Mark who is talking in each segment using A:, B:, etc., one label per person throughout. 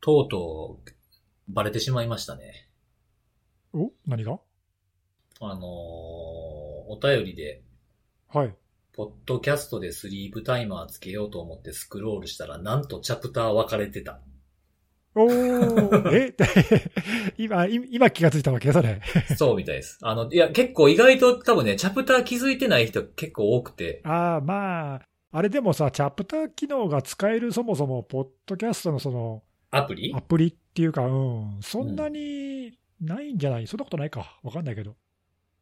A: とうとう、バレてしまいましたね。
B: お何が
A: あのーお便りで、
B: はい。
A: ポッドキャストでスリープタイマーつけようと思ってスクロールしたら、なんとチャプター分かれて た。
B: おー、 えって今、い今気がついたわけそれ。
A: そうみたいです。あの、いや、結構意外と多分ね、チャプター気づいてない人結構多くて、
B: ああ、まあ、あれでもさ、チャプター機能が使えるそもそも、ポッドキャストのその、
A: アプリ
B: アプリっていうか、うん、そんなにないんじゃない、そんなことないか。わかんないけど。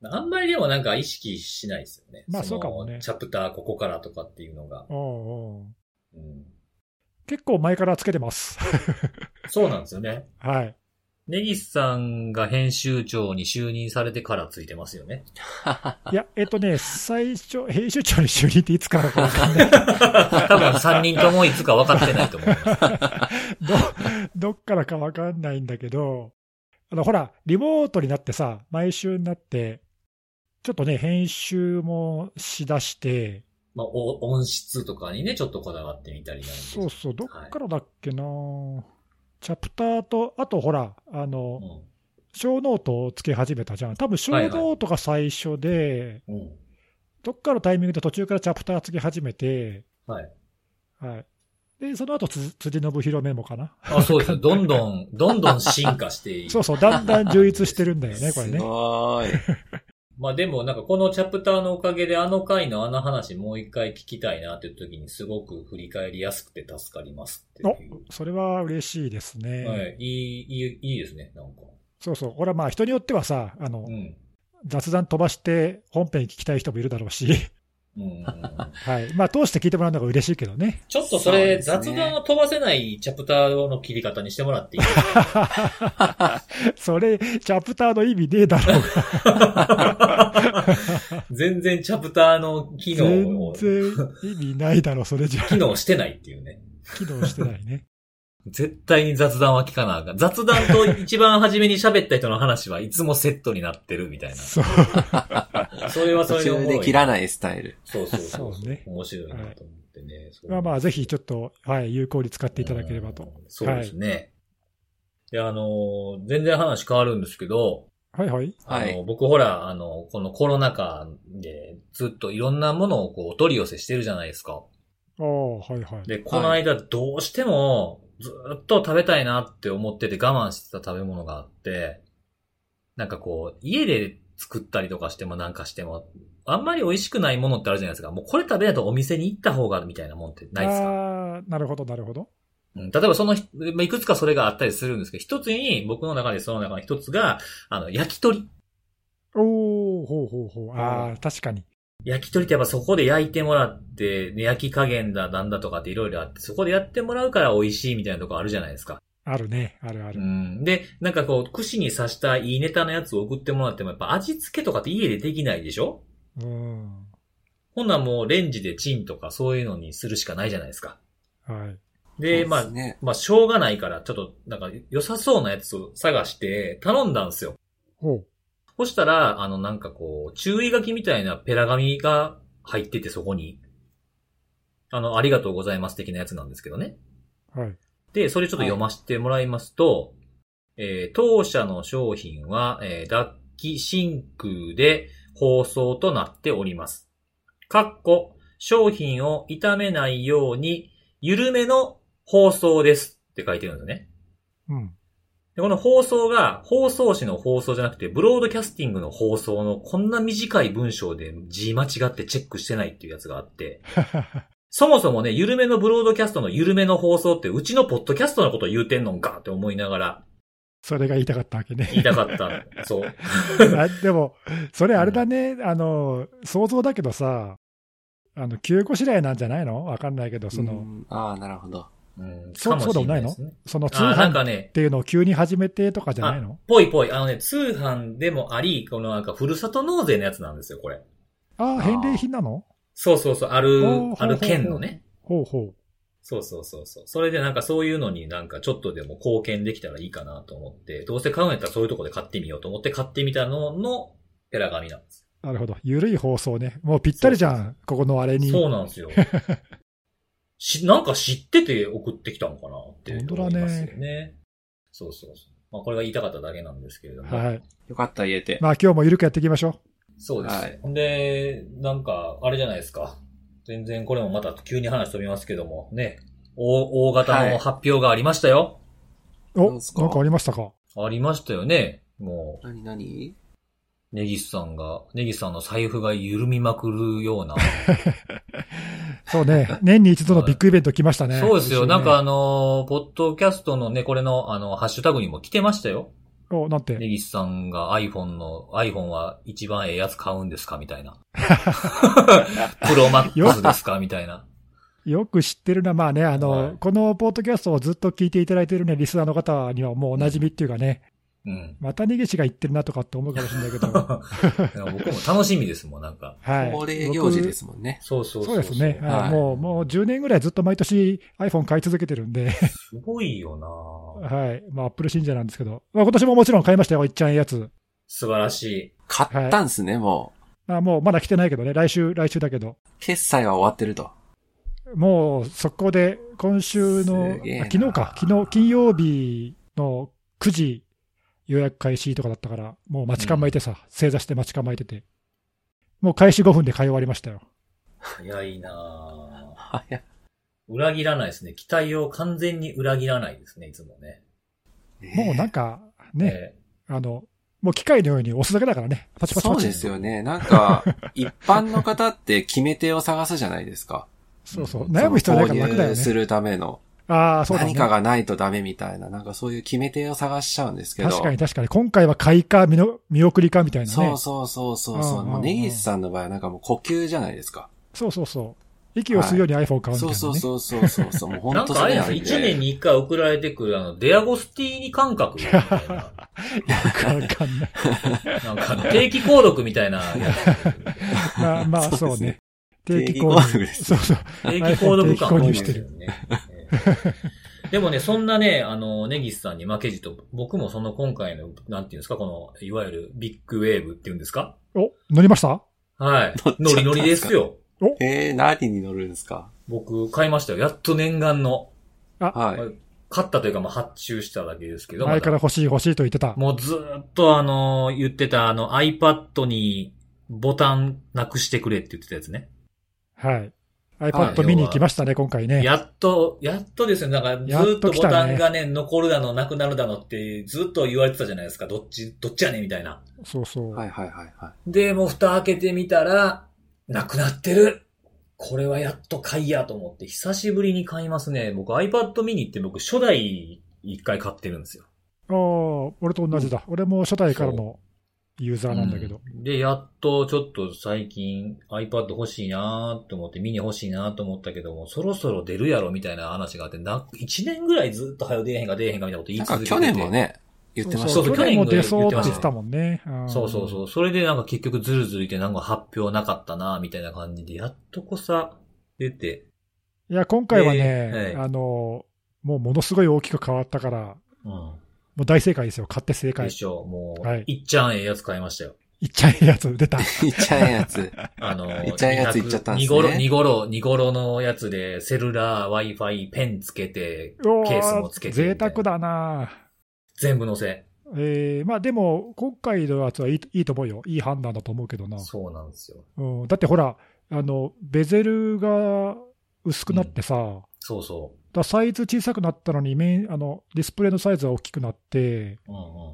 A: あんまりでもなんか意識しないですよね。
B: まあ
A: の
B: そうかもね
A: チャプターここからとかっていうのが。
B: うんうん
A: うん、
B: 結構前からつけてます。
A: そうなんですよね。
B: はい。
A: ネギスさんが編集長に就任されてからついてますよね。
B: いや、えっとね、最初、編集長に就任っていつからかわかんない。
A: 多分3人ともいつか分かってないと思います。
B: ど、 どっからかわかんないんだけど、あの、ほら、リモートになってさ、毎週になって、ちょっとね、編集もしだして、
A: まあ、お音質とかにね、ちょっとこだわってみたりなんですけ
B: そ
A: ど
B: うそう、どっからだっけな、チャプターと、あとほら、あの、小ノートをつけ始めたじゃん。多分小ノートが最初で、
A: うん。うん。
B: どっかのタイミングで途中からチャプターつけ始めて、
A: はい。
B: はい。で、その後つ、辻信弘メモかな。
A: あ、そうです。どんどん、どんどん進化している
B: そうそう、だんだん充実してるんだよ ね、これ
C: す
B: ね。
C: ごーい。
A: まあでもなんかこのチャプターのおかげであの回のあの話もう一回聞きたいなっていう時にすごく振り返りやすくて助かりますっていう。
B: それは嬉しいですね。
A: はい。いい、いい、いいですね。なんか。
B: そうそう、これはまあ人によってはさ、あの、
A: うん。
B: 雑談飛ばして本編聞きたい人もいるだろうし、
A: うんうんうん、
B: はい。まあ通して聞いてもらうのが嬉しいけどね。
A: ちょっとそ
C: そう
A: れ
C: ですね
A: 雑談を飛ばせないチャプターの切り方にしてもらっていいですか
B: それ、チャプターの意味ねえだろう が。
A: 全然チャプターの機能
B: 全
A: を、
B: 然意味ないだろう、そ れじゃ。
A: 機能してないっていうね。
B: 起動してない ね。
A: 絶対に雑談は聞かなあかん。雑談と一番初めに喋った人の話はいつもセットになってるみたい
B: そう。
A: な。それはそ
C: 途
A: れでおもろ
C: 中
A: い
C: で
A: な
C: 切らないスタイル。
A: そうそうそう。
B: そうね
A: 面白いなと思ってね。そう
B: まあまあ、ぜひちょっと、はい、有効に使っていただければと。。
A: そうですね。いや、あのー、全然話変わるんですけど、
B: はいはい。
A: あの、
C: はい
A: 僕ほら、あの、このコロナ禍でずっといろんなものをこう、お取り寄せしてるじゃないですか。
B: ああ、はいはい。
A: で、この間どうしてもずっと食べたいなって思ってて我慢してた食べ物があって、なんかこう、家で作ったりとかしてもなんかしても、あんまり美味しくないものってあるじゃないですか。もうこれ食べないとお店に行った方がみたいなもんってないですか
B: ああ、なるほど、なるほど。
A: うん例えばそのひ、まあいくつかそれがあったりするんですけど、一つに、僕の中でその中の一つが、あの、焼き鳥。
B: おおほうほうほう。あ
A: う
B: あ、確かに。
A: 焼き鳥ってやっぱそこで焼いてもらって、ね、焼き加減だ、なんだとかっていろいろあって、そこでやってもらうから美味しいみたいなとこあるじゃないですか。
B: あるね、あるあ
A: う
B: る。
A: ん。で、なんかこう、串に刺したいいネタのやつを送ってもらっても、やっぱ味付けとかって家でできないでしょ
B: うん。
A: ほんならもうレンジでチンとかそういうのにするしかないじゃないですか。
B: はい。
A: で、ま
C: そう
A: あ
C: す、ね。
A: まあ、しょうがないから、ちょっと、なんか、良さそうなやつを探して、頼んだんですよ。
B: ほう。
A: そしたら、あの、なんかこう、注意書きみたいなペラ紙が入ってて、そこに。あの、ありがとうございます的なやつなんですけどね。
B: はい。
A: で、それちょっと読ませてもらいますと、えー当社の商品は、えー脱気真空で包装となっております。かっこ、商品を傷めないように、緩めの包装ですって書いてるんですね。
B: うん。
A: で、この放送が、放送紙の放送じゃなくて、ブロードキャスティングの放送の、こんな短い文章で字間違ってチェックしてないっていうやつがあ って、そもそもね、緩めのブロードキャストの緩めの放送って、うちのポッドキャストのこと言うてんのんかって思いながら
B: それが言いたかったわけね。
A: 言いたか った。そう。
B: あ でも、それあれだね、あの、想像だけどさ、あの、急ごしらえなんじゃないのわかんないけど、その、
C: うんああ、なるほど。
A: うん、
B: そう
A: かしれですね
B: その通
A: あー、なん
B: 販
A: か
B: っ
A: ね、
B: ていうのを急に始めてとかじゃないの
A: ぽいぽい。あのね、通販でもあり、このなんか、ふるさと納税のやつなんですよ、これ。
B: ああー、
C: あー
B: 返礼品なの
A: そうそうそう、あ
B: お
A: る
B: ー、
A: ある県のね。
B: ほうほ
A: そうそうそうそう。それでなんかそういうのになんかちょっとでも貢献できたらいいかなと思って、どうせ買うんやったらそういうとこで買ってみようと思って買ってみたののペラ紙なんです。
B: う。なるほど。ゆるい放送ね。もうぴったりじゃん。ここのあれに。
A: そうなんですよ。 し、なんか知ってて送ってきたのかなって
B: 本当だ
A: 思
B: ね
A: いますよね。そうそうそう。まあこれが言いたかっただけなんですけれども。
B: はい。
C: よかった、言えて。
B: まあ今日もゆるくやっていきましょ
A: そうです。
C: はい
A: ほんで、なんか、あれじゃないですか。全然これもまた急に話飛びますけども、ね。大、大型
C: は
A: の
C: い
A: 発表がありましたよ。
B: う。
C: な
B: お、
C: んすか
B: なんかありましたか
A: ありましたよね。も
C: なになに
A: う、ネギスさんが、ネギスさんの財布が緩みまくるような。
B: そうね。年に一度のビッグイベント来ました ね。
A: そうですよ。なんかあ
B: ね、
A: のー、ポッドキャストのね、これの、あの、ハッシュタグにも来てましたよ。
B: お、なんて。
A: ネギスさんが iPhone の、iPhone は一番ええやつ買うんですかみたい な。プロマックスですかみたいな。
B: よく知ってるな、まあね、あの、
A: はい
B: このポッドキャストをずっと聞いていただいてるね、リスナーの方にはもうお馴染みっていうかね、
A: うん。
B: また逃げしが言ってるなとかって思うかもしれないけど、は
A: 僕も楽しみですもん、なんか。
B: い。
C: 恒例行事ですもんね。
A: そうそう
B: 僕
A: そ
B: そううですね、
C: はい
B: はいもう、もう10年ぐらいずっと毎年 iPhone 買い続けてるんで、
A: すごいよな
B: はい。まあ、Apple 信者なんですけど、まあ、今年ももちろん買いましたよ、いっちゃんええやつ。
A: 素晴らしい。
C: 買ったんすね、もう。
B: まあ、もうまだ来てないけどね、来週、来週だけど、
C: 決済は終わってると。
B: もう速攻で、今週の
C: すげえ、な
B: あ昨日か、昨日、金曜日の9時予約開始とかだったから、もう待ち構えてさ、正座して待ち構えてて。もう開始5分で買い終わりましたよ。
A: 早いな
C: あいや
A: 裏切らないですね。期待を完全に裏切らないですね、いつもね。
B: もうなんか、ね、
A: え
B: あの、もう機械のように押すだけだからね、パチパチパチ。
C: そうですよね。なん か、一般の方って決め手を探すじゃないですか。
B: そうそう。
A: うん
B: 悩む必要ないから楽だよ
C: 購入す
B: ね。
C: るための、
B: ああ、そうだね
C: 何。かがないとダメみたいな、なんかそういう決め手を探しちゃうんですけど。
B: 確かに確かに。今回は買いか見の、見送りかみたいなね。
C: そうそうそうそう
B: う
C: そう。
B: んうんうん
C: もうネギスさんの場合はなんかもう呼吸じゃないですか。
B: そうそうそう。息を吸うように iPhone 買うみたいな
C: そう
B: ね。
C: そ うそうそうそうそう。もう
A: えな
C: 本
A: ん
C: 当
A: かあ
C: そ
A: れ
C: れ
A: で
C: な
A: す
C: ん
A: ね、
C: で。
A: 1年に1回送られてくる、あの、デアゴスティーニ感覚みたい な。
B: わかんない。
A: なんかあの、定期購読みたい なやつ。
B: ま あまあ、
C: そう
B: そ
C: で
B: う
C: す
B: ね
C: ね。
B: 定期購
C: 定期購
B: 入
C: 入です
B: そうそう。
A: 定期購読感
B: 定期購入
A: ありますよ ね。ええでもね、そんなね、あの、ネギスさんに負けじと、僕もその今回の、なんていうんですか、この、いわゆるビッグウェーブっていうんですか
B: お、乗りました
A: はい。ノ
C: 乗っちゃったんですか
A: リノリですよ。
C: えー、何に乗るんですか
A: 僕、買いましたよ。やっと念願の。
C: はい。
A: はい買ったというか、まあ、発注しただけですけど。ま
B: 前
A: だ
B: から欲しい欲しいと言ってた。
A: もうずーっとあの、言ってたあの iPad にボタンなくしてくれって言ってたやつね。
B: はい。
C: はい
B: iPad 見に行きましたね、今回ね。
A: やっと、やっとですよ。なんか、ず
B: や
A: ー
B: っ
A: っと
B: と
A: ボ
B: 来たね
A: タンがね、残るだの、なくなるだのって、ずーっと言われてたじゃないですか。どっち、どっちやねんみたいな。
B: そうそう。
C: はいはいはいはい。
A: で、もう蓋開けてみたら、なくなってるこれはやっと買いやと思って、久しぶりに買いますね。僕 iPad mini って僕初代一回買ってるんですよ。
B: ああ、俺と同じだ。俺も初代からのユーザーなんだけど。
A: うんで、やっとちょっと最近 iPad 欲しいなと思って、ミニ欲しいなと思ったけども、そろそろ出るやろみたいな話があって、な、1年ぐらいずっと早う出えへんか出えへんかみたいなこと言い
C: なん
A: 続
C: か
A: けてて。
C: 去年も。ね、言ってました
A: そ
B: そう
A: そ
B: うそうう
A: 去
B: 去
A: 年
B: 年
A: も言
B: も出
A: って
B: そうって
A: ましたね
B: 言ってたもんね。ん
A: そうそうそう。それでなんか結局ずるずるいてなんか発表なかったなみたいな感じで、やっとこさ、出て。
B: いや、今回は
A: え
B: ね
A: え、
B: あの、もうものすごい大きく変わったから、も
A: うん。
B: う大正解ですよ。買って正解。
A: 一緒、もう、
B: はい
A: い、っちゃんええやつ買いましたよ。
B: いっちゃええやつ出た。
C: いっちゃえや つ。
A: あの、
C: いっちゃんええやついっちゃったんですね
A: 二ごろ、二ごろのやつで、セルラー、Wi-Fi、ペンつけて、
B: お
A: ケースもつけて
B: 贅沢だな
A: 全部乗せ。
B: ええまあでも、今回のやつはいいいいと思うよ。いい判断だと思うけどな。
A: そうなんですよ。
B: うん、だってほら、あの、ベゼルが薄くなってさ、だか
A: そうそ
B: らサイズ小さくなったのにメインあの、ディスプレイのサイズは大きくなって、
A: う。うんうん。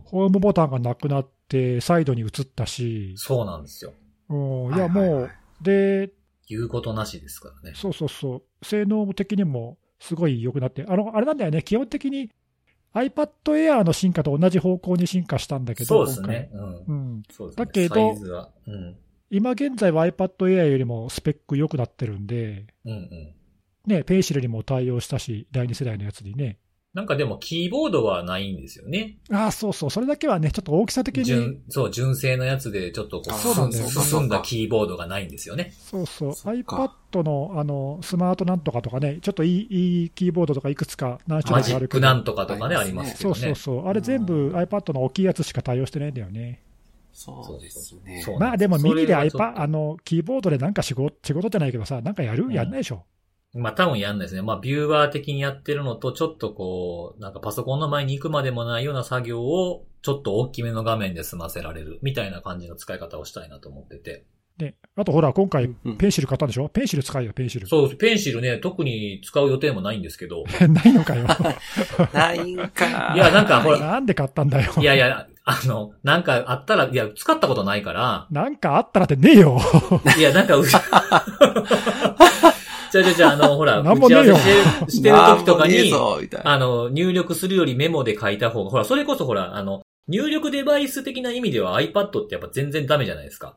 B: ホームボタンがなくなって、サイドに移ったし、
A: そうなんですよ。
B: うん、いや
C: は
B: も
C: は
B: う、で、
A: 言うことなしですからね。
B: そうそうそう、性能的にもすごい良くなって、あの、あれなんだよね、基本的に iPad Air の進化と同じ方向に進化したんだけど、
A: そうですね。うん
B: 今回。うん、
A: そうですね。
B: だけど
A: サイズは。うん。
B: 今現在は iPad Air よりもスペック良くなってるんで、
A: うんうん。
B: ね、ペンシルにも対応したし、第2世代のやつにね。
A: なんかでもキーボードはないんですよね。
B: ああ、そうそう、それだけはね、ちょっと大きさ的に、
A: 純、そう、純正のやつでちょっとこう
C: あ
B: そうなんだよ
A: 進ん進んだキーボードがないんですよね。
B: そうそう、
C: そっか
B: iPad のあのスマートなんとかとかね、ちょっといいいいキーボードとかいくつか何種
A: マ
B: 類
A: ジ
B: かあ
A: ッ
B: る
A: ク
B: け
A: な
B: ど
A: ん、とかとかね、あ
C: あ
A: り
C: り
A: ま
C: ますす
A: け
B: そ
A: ど
B: う
A: ね。
B: そうそう、あれ全部 iPad の大きいやつしか対応してないんだよね。
C: そうですね。
A: そう
B: まあでもミニで
A: それはちょっ
B: iPad、
A: と
B: あのキーボードでなんか仕事仕事じゃないけどさ、なんかやる
A: うん
B: やんないでしょ。
A: まあ多分やんないですね。まあビューバー的にやってるのと、ちょっとこう、なんかパソコンの前に行くまでもないような作業を、ちょっと大きめの画面で済ませられる、みたいな感じの使い方をしたいなと思ってて。
B: ね、あとほら、今回
C: うん、
B: ペンシル買ったんでしょペンシル使いよ、ペンシル。
A: そう、ペンシルね、特に使う予定もないんですけど。
B: ないのかよ。
C: ないんか。
A: いやなんかほら
B: なんで買ったんだよ。
A: いやいや、あの、なんかあったら、いや、使ったことないから、
B: なんかあったらってねえよ。
A: いや、なんかう、じゃじゃじゃあ、の、ほら、
B: なん
A: 打
B: も
A: ち
B: ね
A: 合
B: え
A: わ
B: よ
A: せしてるしてる時とか
C: なんもねえ
A: に、
C: ぞみたいな。
A: あの、入力するよりメモで書いた方が、ほら、それこそほら、あの、入力デバイス的な意味では iPad ってやっぱ全然ダメじゃないですか。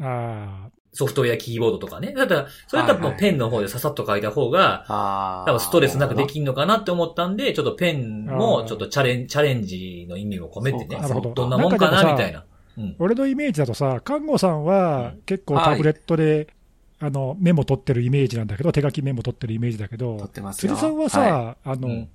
B: あ
A: ソフトウェアキーボードとかね。だから、それだった
C: はい
A: ら
C: は
A: も
C: いう
A: ペンの方でささっと書いた方が、
C: あ
A: 多分ストレスなくできんのかなって思ったんで、ちょっとペンもちょっとチャレン、チャレンジの意味も込めて
C: そう
A: ね
B: あ、な
C: か
B: るほど。
A: どんなもんか
B: で
A: な
B: さ
A: みたい。な。
B: 俺のイメージだとさ、看護さんは結構
C: はい
B: タブレットで、あの、メモ取ってるイメージなんだけど、手書きメモ取ってるイメージだけ
C: 撮っ
B: ど、
C: てますよ。
B: 辻さんはさ、
C: は
B: あの、
A: うん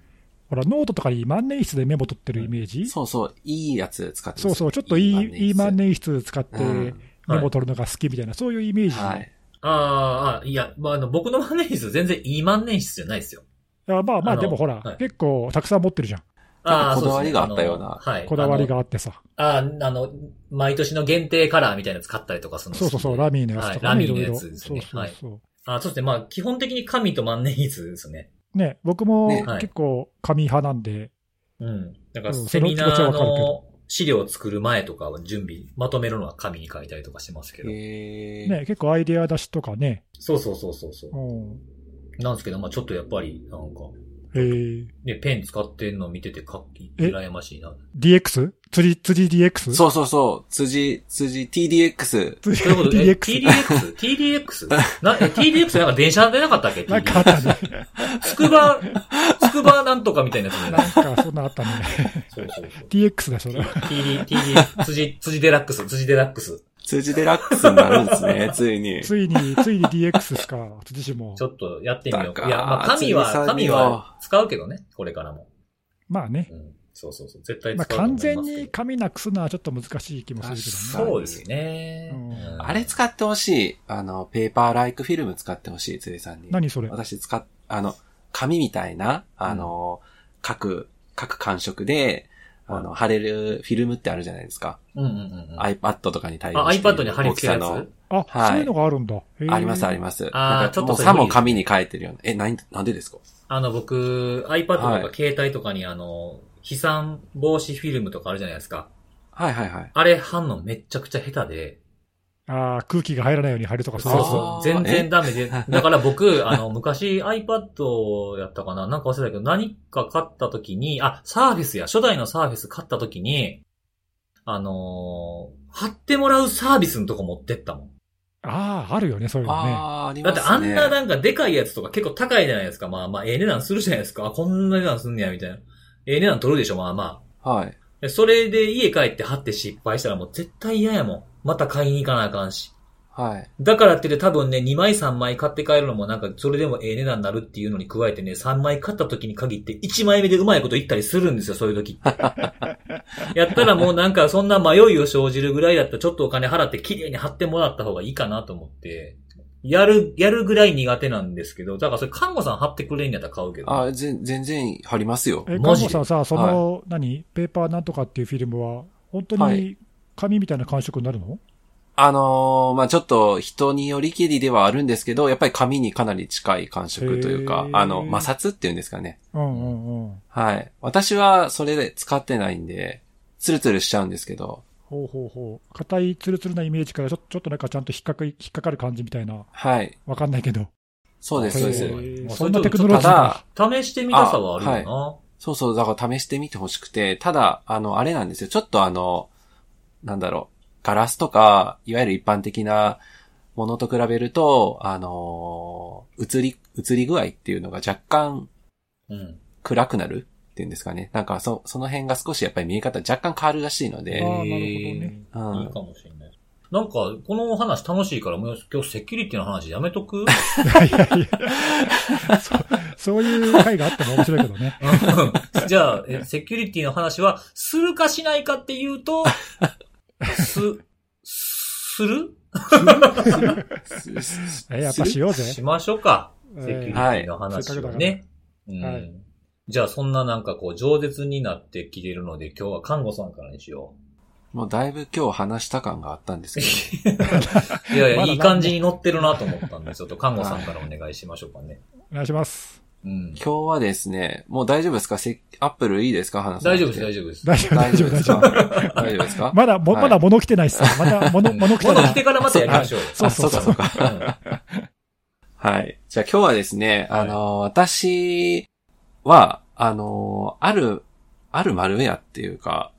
B: ほら、ノートとかに万年筆でメモ取ってるイメージ、
C: い、そうそう、いいやつ使ってます
B: そうそう、ちょっといい、いい万
C: ね
B: 年筆使ってメモ取るのが好きみたいな、そういうイメージ。
C: はい。
A: あーあ、いや、まあ、あの、僕の万年筆全然いい万年筆じゃないですよ。
B: いやまあまあ、
A: あの
B: でもほら、
A: はい
B: 結構たくさん持ってるじゃん。
A: ああ、
C: こだわりがあったような
A: そうですねのはい。
B: こだわりがあってさ。
A: あの。ああの、毎年の限定カラーみたいなの使ったりとかするの
B: そうそうそう、ラミーのやつとか
A: はい
B: ね、
A: ラミーの
B: いろいろ
A: やつです
B: そう
A: ね
B: そうそう。
A: あ、そうですね。まあ、基本的に紙と万年筆ですね。
B: ね、僕も
C: ね
A: はい
B: 結構紙派なんで、
A: うん。だから、
B: うん
A: セミナ
B: その
A: ー
B: 気持ちはわかるけ
A: の資料を作る前とかは準備、まとめるのは紙に書いたりとかしてますけど。
C: えー、
B: ね、結構アイデア出しとかね、
A: そうそうそうそうそう
B: う。ん、
A: なんですけど、まあ、ちょっとやっぱり、なんか、
B: えー、
A: ね、ペン使ってんの見ててかっき、
B: え
A: 羨ましいな。
B: DX? 辻、辻 DX?
C: そうそうそう、辻、辻 TDX。
B: 辻
A: ということで、 え
B: DX。
A: TDX?TDX? な、え TDX なんか電車でなかったっけ
B: なんかあったね。
A: つくば、つくばなんとかみたいなやつじゃない
B: なんかそんなあったね。
A: そうそうそう。
B: DX だ、それ。
A: TD、TD、辻、辻デラックス、辻デラックス。
C: 辻デラックスになるんですね、ついに。
B: ついに、ついに DX ですか、辻氏も
A: ち。ょっとやってみよ
C: だ
A: う
C: か
A: いや、まあ、神
C: 辻さ
A: は、
C: ん
A: 神
C: には
A: は使うけどね、これからも。
B: まあね。
A: うん。そうそうそう。絶対
B: まあ
A: 使うと思い
B: 完
A: ますけど。
B: 全に紙なくすのはちょっと難しい気もするけどね。
A: そうですね。
B: うん
A: うん
C: あれ使ってほしい。あの、ペーパーライクフィルム使ってほしい、辻さんに。
B: 何それ
C: 私使っ、あの、紙みたいな、あの、書く、書く感触で、あの、貼れるフィルムってあるじゃないですか。
A: うんうんうんうん。
C: iPad とかに対応
A: あ、
C: している
A: iPad に貼り付けるや
C: 大きさ
A: つ
C: の
B: あ、
C: はい
B: そういうのがあるんだ。へー
C: ありますあります。
A: あー
C: なん
A: ち
C: か
A: ょっ
C: も
A: と
C: う
A: それ
C: さ
A: 無理
C: も紙に書いてるよね。え、なん、なんでですか
A: あの、僕、iPad とか
C: はい
A: 携帯とかに、あの、飛散防止フィルムとかあるじゃないですか。
C: はいはいはい。
A: あれ反応めっちゃくちゃ下手で。
B: ああ、空気が入らないように貼るとか
A: そ
B: そうういうやつ
A: そ
C: あー
A: う。全然ダメ で。だから僕、あの、昔 iPad やったかななんか忘れたけど、何か買った時に、あ、サーフェスや、初代のサーフェス買った時に、あのー貼ってもらうサービスのとこ持ってったもん。
B: ああ、あるよね、そういうのね。
C: ああー、あり
A: だ
C: ま
A: っ
C: す
A: て
C: ね。
A: あんななんかでかいやつとか結構高いじゃないですか。まあまあ、ええ値段するじゃないですか。あ、こんな値段すんねや、みたいな。ええ値段取るでしょ、まあまあ
C: はい。
A: で。それで家帰って貼って失敗したらもう絶対嫌やもん。また買いに行かなあかんし。
C: はい。
A: だからってで多分ね、2枚3枚買って帰るのもなんか、それでもええ値段になるっていうのに加えてね、3枚買った時に限って1枚目でうまいこと言ったりするんですよ、そういう時って。やったらもうなんかそんな迷いを生じるぐらいだったらちょっとお金払って綺麗に貼ってもらった方がいいかなと思って、やる、やるぐらい苦手なんですけど、だからそれ看護さん貼ってくれんやったら買うけど。
C: あーぜん全然貼りますよ。
B: え、看
A: マジ
B: 護さんさ、その、何、ペーパーなんとかっていうフィルムは、本当
C: は
B: に
C: い
B: 紙みたいな感触になるの、
C: あのーまあ、ちょっと人によりきりではあるんですけど、やっぱり紙にかなり近い感触というか
B: へ、ー
C: あの、摩擦っていうんですかね。
B: うんうんうん。
C: はい。私はそれで使ってないんで、ツルツルしちゃうんですけど、
B: ほうほうほう。硬いツルツルなイメージからちょ、ちょっとなんかちゃんと引っかかり引っかかる感じみたいな。
C: はい。
B: わかんないけど。
C: そうです、
A: へー
C: そう
B: え
C: です。
B: ー
A: まあ
B: そんなテクノロ
C: た
B: ジー
C: だ
B: が。、
A: 試してみたさはあるよな。
C: そうそう、だから試してみてほしくて、ただ、あの、あれなんですよ。ちょっとあの、なんだろう、ガラスとか、いわゆる一般的なものと比べると、あのー映り、映り具合っていうのが若干
A: うん。
C: 暗くなるっていうんですかね。なんか、そ、その辺が少しやっぱり見え方若干変わるらしいの
B: あ
C: で
B: ー、なるほどね
A: え
C: う
A: ー
C: ん
A: いいかもしれない。なんか、この話楽しいから、もう今日セキュリティの話やめとく
B: いやいやいや。 そそういう回があっても面白いけどね。
A: うんじゃあ、えセキュリティの話は、するかしないかっていうと、す、すする
B: えやっぱし
C: よ
B: ようぜ
A: し。ましょうか。
B: え
A: セキュリテ
B: ー
A: ィの話をね。うん
B: からはい
A: じゃあそんななんかこう、饒舌になってきてるので、今日は看護さんからにしよ
C: う。もうだいぶ今日話した感があったんですけど。
A: う。いやい
B: ま
A: や、
B: だ
A: いい感じに乗ってるなと思ったんで、ちょっと看護さんからお願いしましょうかね。
B: お願いします。
A: うん。
C: 今日はですね、もう大丈夫ですかせアップルいいですか話
A: 大丈夫です、大
C: 丈
A: 丈夫です。
B: 大丈夫、大丈夫、大
C: です
B: 丈
C: か
B: 夫。
C: 大丈 夫ですか
B: まだ、も
C: はい
B: まだ物来てないっす。まだ 物、物来た
A: 物
B: ら
A: 来。てからまたやりましょう。
B: そうそう
C: あそ
B: そうう。
C: かそうか。はい。じゃあ今日はですね、
A: はい
C: あの、私は、あの、ある、あるマルウェアっていうか、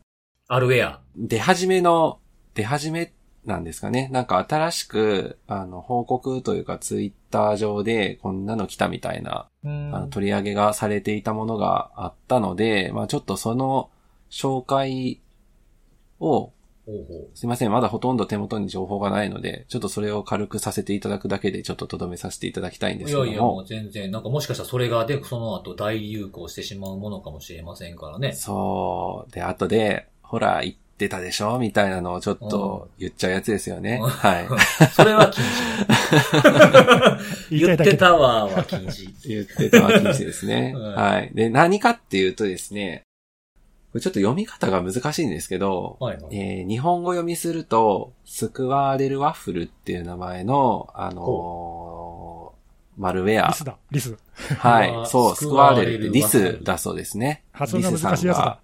A: アルウェア。
C: 出始めの、出始めなんですかね。なんか新しく、あの、報告というかツイッター上でこんなの来たみたいな、
A: うん
C: あの取り上げがされていたものがあったので、まあちょっとその紹介を、
A: ほうほ
C: すいません、まだほとんど手元に情報がないので、ちょっとそれを軽くさせていただくだけでちょっととどめさせていただきたいん
A: う
C: で
A: い
C: すけど
A: や
C: も。
A: いや、もう全然、なんかもしかしたらそれがで、その後大流行してしまうものかもしれませんからね。
C: そう。で、後で、ほら、言ってたでしょみたいなのをちょっと言っちゃうやつですよね。
A: うん
C: はい。
A: それは禁止。
B: 言いた
A: 言
B: い
A: っ
B: だけ
A: てたわは禁止。
C: 言ってたわけですね。
A: うん
C: はい。で、何かっていうとですね、これちょっと読み方が難しいんですけど、
A: はいはい。
C: えー日本語読みすると、スクワーデルワッフルっていう名前の、あのーマルウェ
B: リ
C: ア
B: ス。だ、リス。
C: は
A: う
C: い。
A: わ
C: そう、ス
A: ス
C: ク
A: ク
C: ワ
A: ワ
C: ー
A: ー
C: デ
A: デ
C: ルって
A: ル
C: リ
A: ワッフル
C: スだそうですね。
B: 発音が難しいやつだ。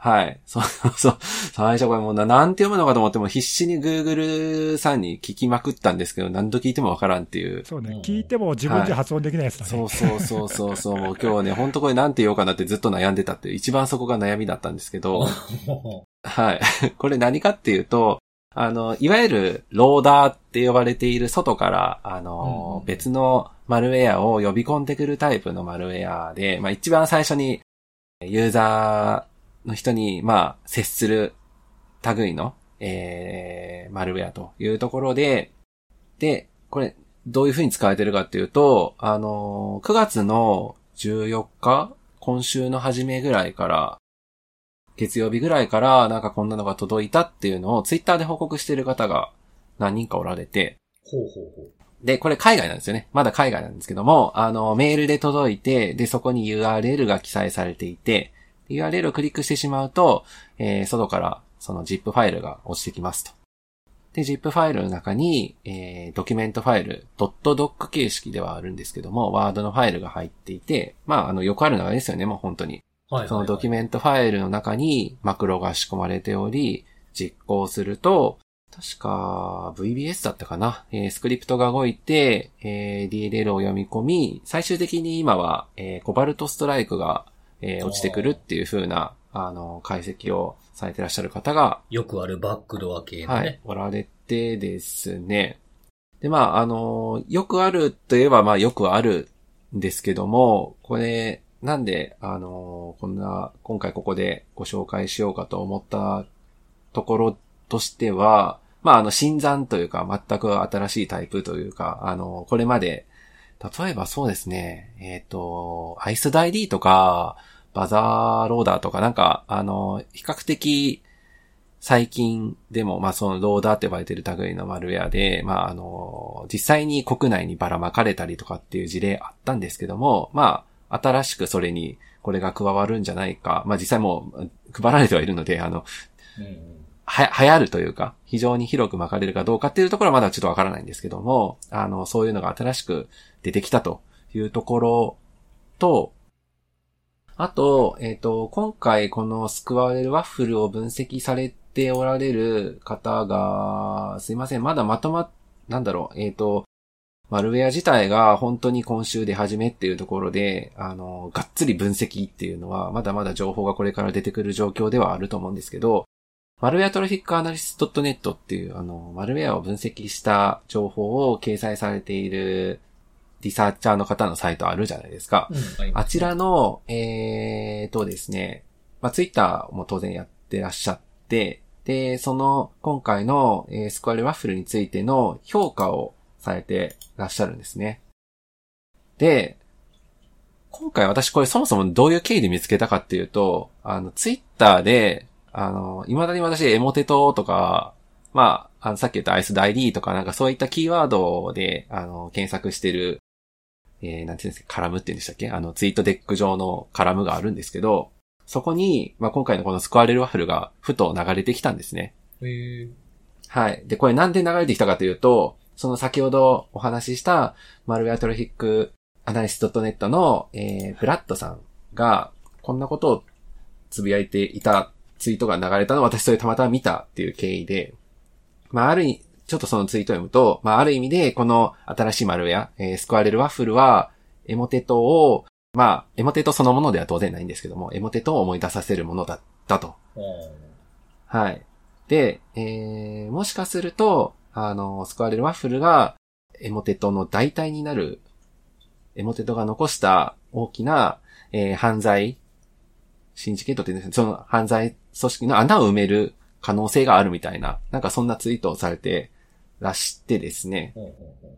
C: はい。そうそうそう。最初これもうな、なんて読むのかと思っても必死に Google さんに聞きまくったんですけど、何度聞いてもわからんっていう。
B: そう
A: う
B: ね
A: ん。
B: 聞いても自分じゃ発音できないやつだね。
C: そうそうそうそうそう。もう今日はね、ほんとこれなんて言おうかなってずっと悩んでたっていう、一番そこが悩みだったんですけど、はい。 これ何かっていうと、あの、いわゆるローダーって呼ばれている外から、あ
A: う
C: の、
A: んうん
C: 別のマルウェアを呼び込んでくるタイプのマルウェアで、まあ一番最初にユーザーの人に、まあ接する類の、えー、マルウェアというところで、で、これどういうふうに使われてるかっていうと、あの、9月の14日今週の初めぐらいから、月曜日ぐらいから、なんかこんなのが届いたっていうのをツイッターで報告してる方が何人かおられて、
A: ほうほうほう。
C: で、これ海外なんですよね。まだ海外なんですけども、あの、メールで届いて、で、そこに URL が記載されていて、URL をクリックしてしまうと、えー外からその ZIP ファイルが落ちてきますと。で、ZIP ファイルの中に、えードキュメントファイル、.doc 形式ではあるんですけども、ワードのファイルが入っていて、まあ、あの、よくある流れですよね、もう本当に。
A: はいはい、はい。
C: そのドキュ
A: メ
C: メントファイルの中にマクロが仕込まれており、実行すると、確か VBS だったかな、えースクリプトが動いて、えー DLL を読み込み、最終的に今は、えーコバルトストライクが、えー落ちてくるっていう風な、あの、解析をされてらっしゃる方が
A: よくあるバックドア系のね。
C: はい、おられてですね。で、まあ、あの、よくあるといえば、まあ、よくあるんですけども、これ、なんで、あの、こんな、今回ここでご紹介しようかと思ったところとしては、まあ、あの、新参というか、全く新しいタイプというか、あの、これまで、例えばそうですね、えっ、と、アイスダイリーとか、バザーローダーとかなんか、あの、比較的最近でも、まあ、そのローダーって呼ばれてる類のマルウェアで、まあ、あの、実際に国内にばらまかれたりとかっていう事例あったんですけども、まあ、新しくそれにこれが加わるんじゃないか、まあ、実際もう配られてはいるので、あの、
A: うんうん
C: は、流行るというか、非常に広く巻かれるかどうかっていうところはまだちょっとわからないんですけども、あの、そういうのが新しく出てきたというところと、あと、えっ、と、今回このスクワレルワッフルを分析されておられる方が、すいません、まだまとまっ、なんだろう、えっ、と、マルウェア自体が本当に今週出始めっていうところで、あの、がっつり分析っていうのは、まだまだ情報がこれから出てくる状況ではあると思うんですけど、マルウェアトラフィックアナリスト .net っていう、あの、マルウェアを分析した情報を掲載されているリサーチャーの方のサイトあるじゃないですか。
A: うん。
C: あちらの、えーとですね、まあ、ツイッターも当然やってらっしゃって、で、その、今回の、えースクワレワッフルについての評価をされてらっしゃるんですね。で、今回私これそもそもどういう経緯で見つけたかっていうと、あの、ツイッターで、あの、未だに私エモテトとか、まあ、あのさっき言ったアイスダ ID とかなんかそういったキーワードで、あの、検索してる、えー、なんていうんですか、カラムって言うんでしたっけあの、ツイートデック上のカラムがあるんですけど、そこに、まあ、今回のこのスクワレルワッフルがふと流れてきたんですね。
A: へえ。
C: はい。で、これなんで流れてきたかというと、その先ほどお話しした、マルウェアトラフィックアナリスト .net の、えー、ブラッドさんが、こんなことをつぶやいていたツイートが流れたのを私それたまたま見たっていう経緯で、まあ、ある意味、ちょっとそのツイートを読むと、まあ、ある意味で、この新しいマルウェア、えースクワレルワッフルは、エモテトを、まあ、エモテトそのものでは当然ないんですけども、エモテトを思い出させるものだったと。
A: あ
C: はい。で、えー、もしかすると、あの、スクワレルワッフルが、エモテトの代替になる、エモテトが残した大きな、えー犯罪、シンジケートって言うんですかその犯罪組織の穴を埋める可能性があるみたいな、なんかそんなツイートをされてらしてですね。
A: ほうほうほう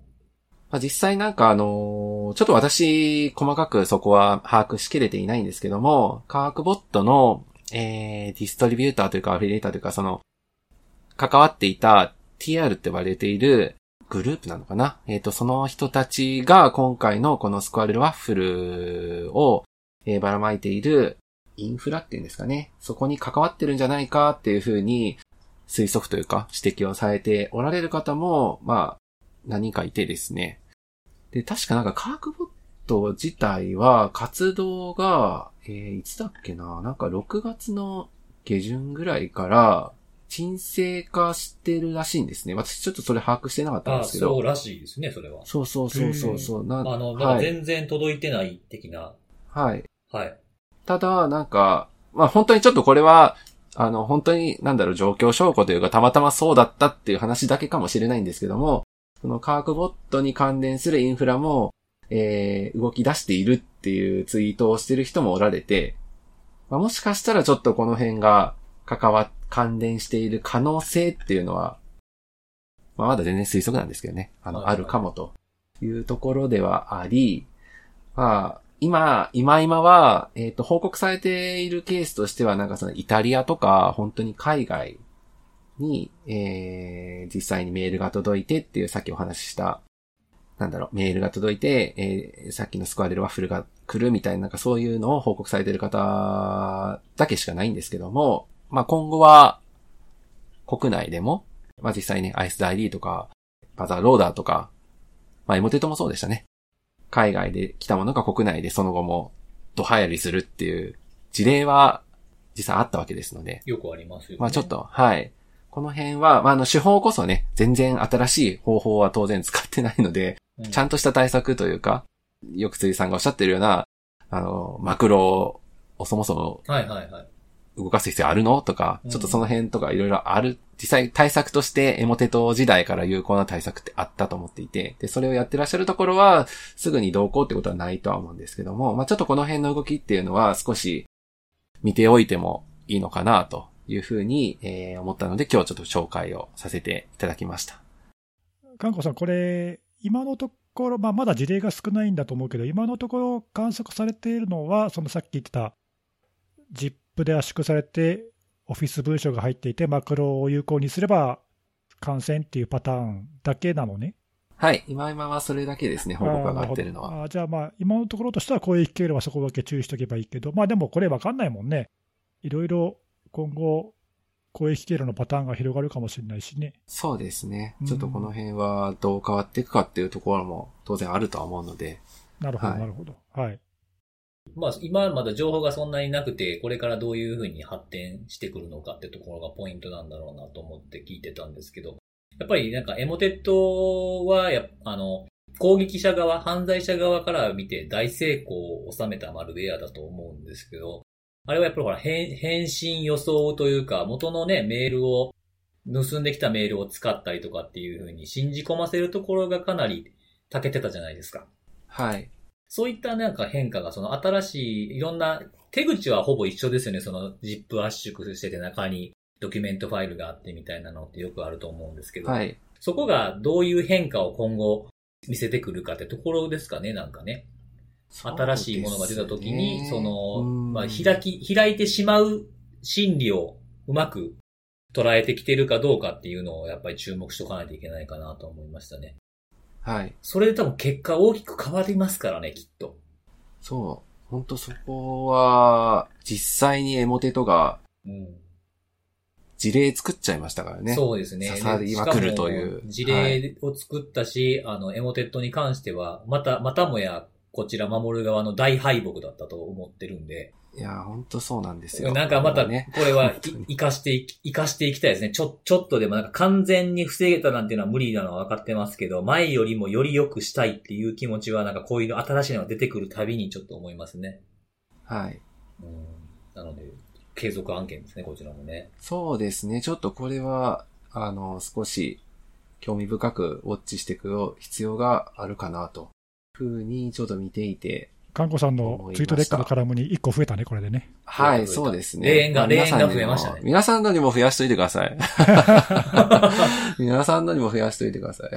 C: まあ、実際なんかあのーちょっと私、細かくそこは把握しきれていないんですけども、科学ボットの、えー、ディストリビューターというかアフィリエイターというか、その、関わっていた TR って呼ばれているグループなのかなえっ、と、その人たちが今回のこのスクワレルワッフルを、えーばらまいているインフラっていうんですかね。そこに関わってるんじゃないかっていうふうに推測というか指摘をされておられる方も、まあ、何人かいてですね。で、確かなんか科学ボット自体は活動が、えーいつだっけななんか6月の下旬ぐらいから、沈静化してるらしいんですね。私ちょっとそれ把握してなかったん
A: あ
C: ですけど。
A: そうらしいですね、それは。
C: そうそうそうそうそう。な
A: あの、なんか
C: はい。
A: 全然届いてない的な。
C: はい。
A: はい。
C: ただ、なんか、まあ本当にちょっとこれは、あの、本当に、なんだろう、状況証拠というか、たまたまそうだったっていう話だけかもしれないんですけども、その科学ボットに関連するインフラも、えー、動き出しているっていうツイートをしてる人もおられて、まあ、もしかしたらちょっとこの辺が関わ、関連している可能性っていうのは、まあまだ全然推測なんですけどね、あの、
A: はい
C: あるかもというところではあり、まあ、今、今今は、えっ、と、報告されているケースとしては、なんかそのイタリアとか、本当に海外に、えー、実際にメールが届いてっていう、さっきお話しした、なんだろう、メールが届いて、えー、さっきのスクワレルワッフルが来るみたいな、なんかそういうのを報告されている方だけしかないんですけども、まあ、今後は、国内でも、まあ、実際ね、アイスダイリーとか、バザーローダーとか、まあ、エモテトもそうでしたね。海外で来たものが国内でその後も、ド流行りするっていう事例は、実際あったわけですので、
A: よくありますよ、ね。
C: まあちょっ。と、はい。この辺は、まああの手法こそね、全然新しい方法は当然使ってないので、ちゃ
A: ん
C: んとした対策というか、よく辻さんがおっしゃってるような、あの、マクロをそもそも
A: と。はいはいはい。
C: 動かす必要あるのとか
A: う、ん
C: ちょっとその辺とかいろいろある。実際対策としてエモテト時代から有効な対策ってあったと思っていて、で、それをやってらっしゃるところは、すぐに同行ってことはないとは思うんですけども、まあちょっとこの辺の動きっていうのは少し見ておいてもいいのかなというふうに、えー思ったので、今日ちょっと紹介をさせていただきました。
B: 韓子さん、これ、今のところ、まあ、まだ事例が少ないんだと思うけど、今のところ観測されているのは、そのさっき言ってた、ZIP で圧縮されて、オフィス文書が入っていて、マクロを有効にすれば感染っていうパターンだけなのね。
C: はい。今今はそれだけですね、報告が上がってる
B: あ
C: の
B: ーな
C: は。
B: ほどあーじゃあ、まあ、今のところとしては、こういう機会はそこだけ注意しておけばいいけど、まあでもこれ、分かんないもんね。いろいろ今後、攻撃経路のパターンが広がるかもしれないしね。
C: そうですね
B: う。ん
C: ちょっとこの辺はどう変わっていくかっていうところも当然あるとは思うので、
B: なるほど、
C: はい
B: なるほど。はい。
A: まあ今まだ情報がそんなになくて、これからどういうふうに発展してくるのかってところがポイントなんだろうなと思って聞いてたんですけど、やっぱりなんかエモテットはやっ、あの、攻撃者側、犯罪者側から見て大成功を収めたマルウェアだと思うんですけど、あれはやっぱりほら、返返信予想というか、元のね、メールを、盗んできたメールを使ったりとかっていうふうに信じ込ませるところがかなり長けてたじゃないですか。
C: はい。
A: そういったなんか変化が、その新しい、いろんな、手口はほぼ一緒ですよね。その ZIP 圧縮してて中にドキュメントファイルがあってみたいなのってよくあると思うんですけど、
C: はい。
A: そこがどういう変化を今後見せてくるかってところですかね、なんかね。新しいものが出た時に、そ,、
C: うですね
A: の、
C: うん
A: まあ、開き、開いてしまう心理をうまく捉えてきてるかどうかっていうのをやっぱり注目しとかないといけないかなと思いましたね。
C: はい。
A: それで多分結果大きく変わりますからね、きっと。
C: そう。本当そこは、実際にエモテとか
A: うん。
C: 事例作っちゃいましたからね。
A: そうですね。
C: 刺さりまくるという
A: しかも事例を作ったし、あの、エモテットに関しては、また、またもや、こちら守る側の大敗北だったと思ってるんで、
C: いや、本当そうなんですよ。
A: なんかまた、こ
C: ね。
A: れ は
C: 本当に
A: 生かしていき、生かしていきたいですね。ちょ、ちょっとでもなんか完全に防げたなんていうのは無理なのは分かってますけど、前よりもより良くしたいっていう気持ちは、なんかこういうの新しいのが出てくるたびにちょっと思いますね。
C: はい。
A: うん。なので、継続案件ですね、こちらもね。
C: そうですね。ちょっとこれは、あの、少し興味深くウォッチしていく必要があるかなと。ふうにちょっと見ていて。
B: かんこさんのツイートデックのカラムに1個増えたね、これでね。
C: は
A: 増え
C: い、
A: た
C: そうですね。
A: 霊園が
C: まあ皆さんにも
A: 霊園が増えましたね
C: 皆さんのにも増やしといてく ださい。皆さんのにも増やしといてください。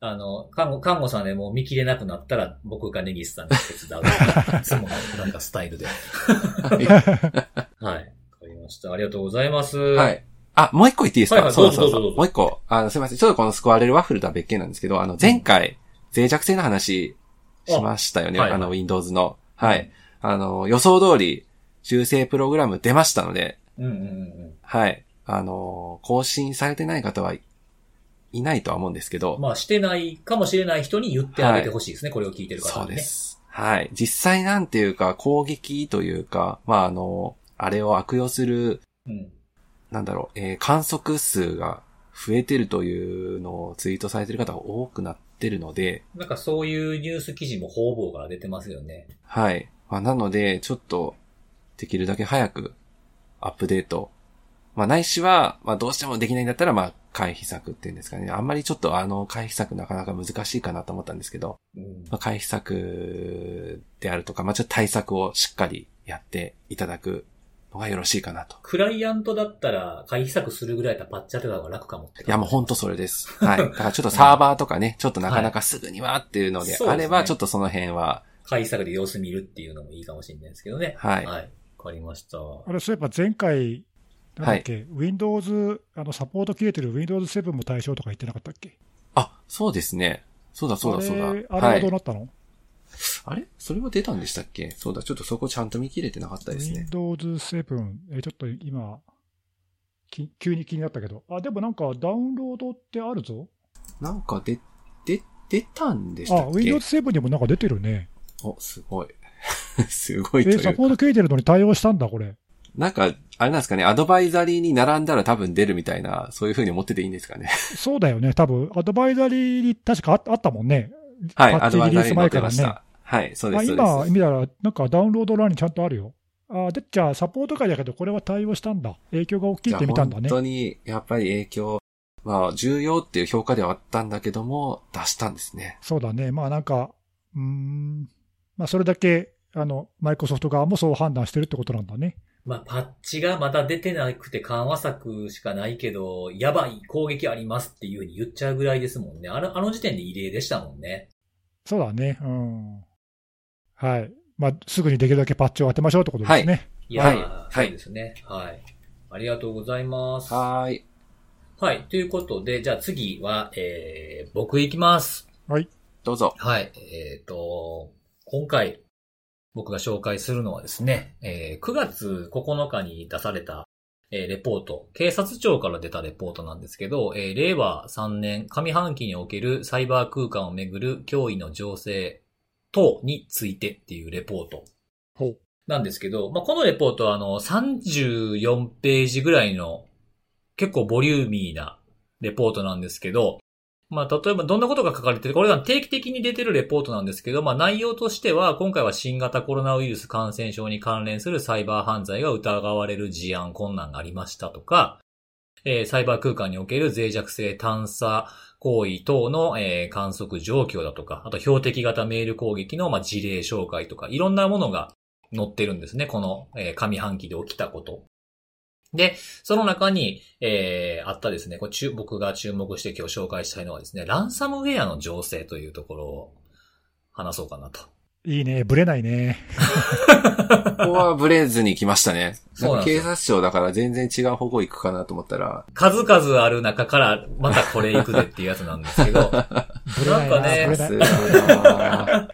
A: あの、看護、看護さんでもう見切れなくなったら、僕がネギスさんが手伝う。いつもなんかスタイ ルで。
C: は
A: はい。わかりました。ありがとうございます。
C: いは。い。あ、もう一個言っていいです
A: はい
C: か
A: はい
C: そうそう
A: どうぞどうぞ
C: そ
A: どう
C: う。
A: ぞ
C: もう一個。あの、すいません。ちょっとこのスコアレルワッフルとは別件なんですけど、あの、前回、脆弱性の話しましたよね。
A: あはい
C: あの、Windows の。はい。あの、予想通り、修正プログラム出ましたので、
A: うんうんうん
C: はい。あの、更新されてない方はい、いないとは思うんですけど
A: うん。、まあ、してないかもしれない人に言ってあげてほしいですね。これを聞いてる方
C: そう
A: にね。
C: です。はい。実際なんていうか、攻撃というか、まあ、あの、あれを悪用する、
A: うん。
C: なんだろう、えー観測数が増えてるというのをツイートされてる方が多くなってるので、
A: なんかそういうニュース記事も方々から出てますよね。
C: はい。まあ、なので、ちょっと、できるだけ早く、アップデート。まあ、ないしは、まあ、どうしてもできないんだったら、まあ、回避策っていうんですかね。あんまりちょっと、あの、回避策なかなか難しいかなと思ったんですけど、
A: うん。
C: まあ、回避策であるとか、まあ、ちょっと対策をしっかりやっていただくのがよろしいかなと。
A: クライアントだったら、回避策するぐらいだったらパッチ当てた方が楽かもって。
C: いや、もうほんとそれです。はい。だからちょっとサーバーとかね、ちょっとなかなかすぐにはっていうので
A: そうですね
C: あれば、ちょっとその辺は、
A: 回避策で様子見るっていうのもいいかもしれないですけどね。
C: はい
A: はい。わかりました。
B: あれ、そういえば前回、なんだっけ、Windows、あのサポート切れてる Windows 7も対象とか言ってなかったっけ
C: あ、そうですね。そうだそうだそうだ。
B: あれあれ
C: は
B: はどう
C: い。
B: なったの、
C: あれそれは出たんでしたっけそうだ、ちょっとそこちゃんと見切れてなかったですね。
B: Windows 7、えーちょっと今、き急に気になったけど、あでもなんかダウンロードってあるぞ。
C: なんかで、で、出たんでした
B: あ
C: っ、け
B: Windows 7にもなんか出てるね。
C: お、すごい。 すご
B: え
C: いとい
B: ー
C: う
B: サポート切れてるのに対応したんだ、これ。
C: なんか、あれなんですかね、アドバイザリーに並んだら多分出るみたいな、そういう風に思ってていいんですかね。
B: そうだよね、多分アドバイザリーに確かああったもんね。
C: はい、
B: パ
C: ア
B: ッチ
C: ドバ
B: リリ
C: イ
B: ー
C: ザリー
B: ス
C: に載
B: 前
C: っ
B: か
C: て
B: ら
C: まし
B: ね。
C: た。はい、そうで
B: あ
C: す、そう
B: 今
C: です。
B: 見たら、なんかダウンロード欄にちゃんとあるよ。あでじゃあ、サポート会だけど、これは対応したんだ。影響が大きいって見たんだね
C: いや。本当に、やっぱり影響、まあ、重要っていう評価ではあったんだけども、出したんですね。
B: そうだね、まあなんか、うーん、まあ、それだけあのマイクロソフト側もそう判断してるってことなんだね。
A: まあ、パッチがまだ出てなくて緩和策しかないけど、やばい攻撃ありますっていうふうに言っちゃうぐらいですもんね。あの、あの時点で異例でしたもんね。
B: そうだね、うん。はい。まあ、すぐにできるだけパッチを当てましょうってことですね。
A: いやー、
C: はい
A: そうですね。はい。ありがとうございます。は
C: はーい。
A: い。ということで、じゃあ次は、えー、僕行きます。
C: どうぞ。
A: はい。えっ、と、今回、僕が紹介するのはですね、えー9月9日に出された、えーレポート、警察庁から出たレポートなんですけど、えー令和3年上半期におけるサイバー空間をめぐる脅威の情勢等についてっていうレポート
B: ほう
A: なんですけど、まあ、このレポートはあの34ページぐらいの結構ボリューミーなレポートなんですけど、まあ、例えばどんなことが書かれてるこれは定期的に出てるレポートなんですけど、まあ、内容としては、今回は新型コロナウイルス感染症に関連するサイバー犯罪が疑われる事案困難がありましたとか、えーサイバー空間における脆弱性探査行為等の、えー観測状況だとか、あと標的型メール攻撃の、まあ、事例紹介とか、いろんなものが載ってるんですね。この、えー上半期で起きたこと。で、その中に、えーあったですね、これ注僕が注目して今日紹介したいのはですね、ランサムウェアの情勢というところを話そうかなと
B: いいね、ぶれないね。
C: ここはブレずに来ましたね。
A: そうなんん
C: なか
A: です
C: 警
A: よ
C: 察庁だから全然違う方向行くかなと思ったら、
A: 数々ある中から、またこれ行くぜっていうやつなんですけど、
B: ぶれないな、
A: なんかね
B: ぶれ
C: さ
B: な
C: す
B: い。
C: がだな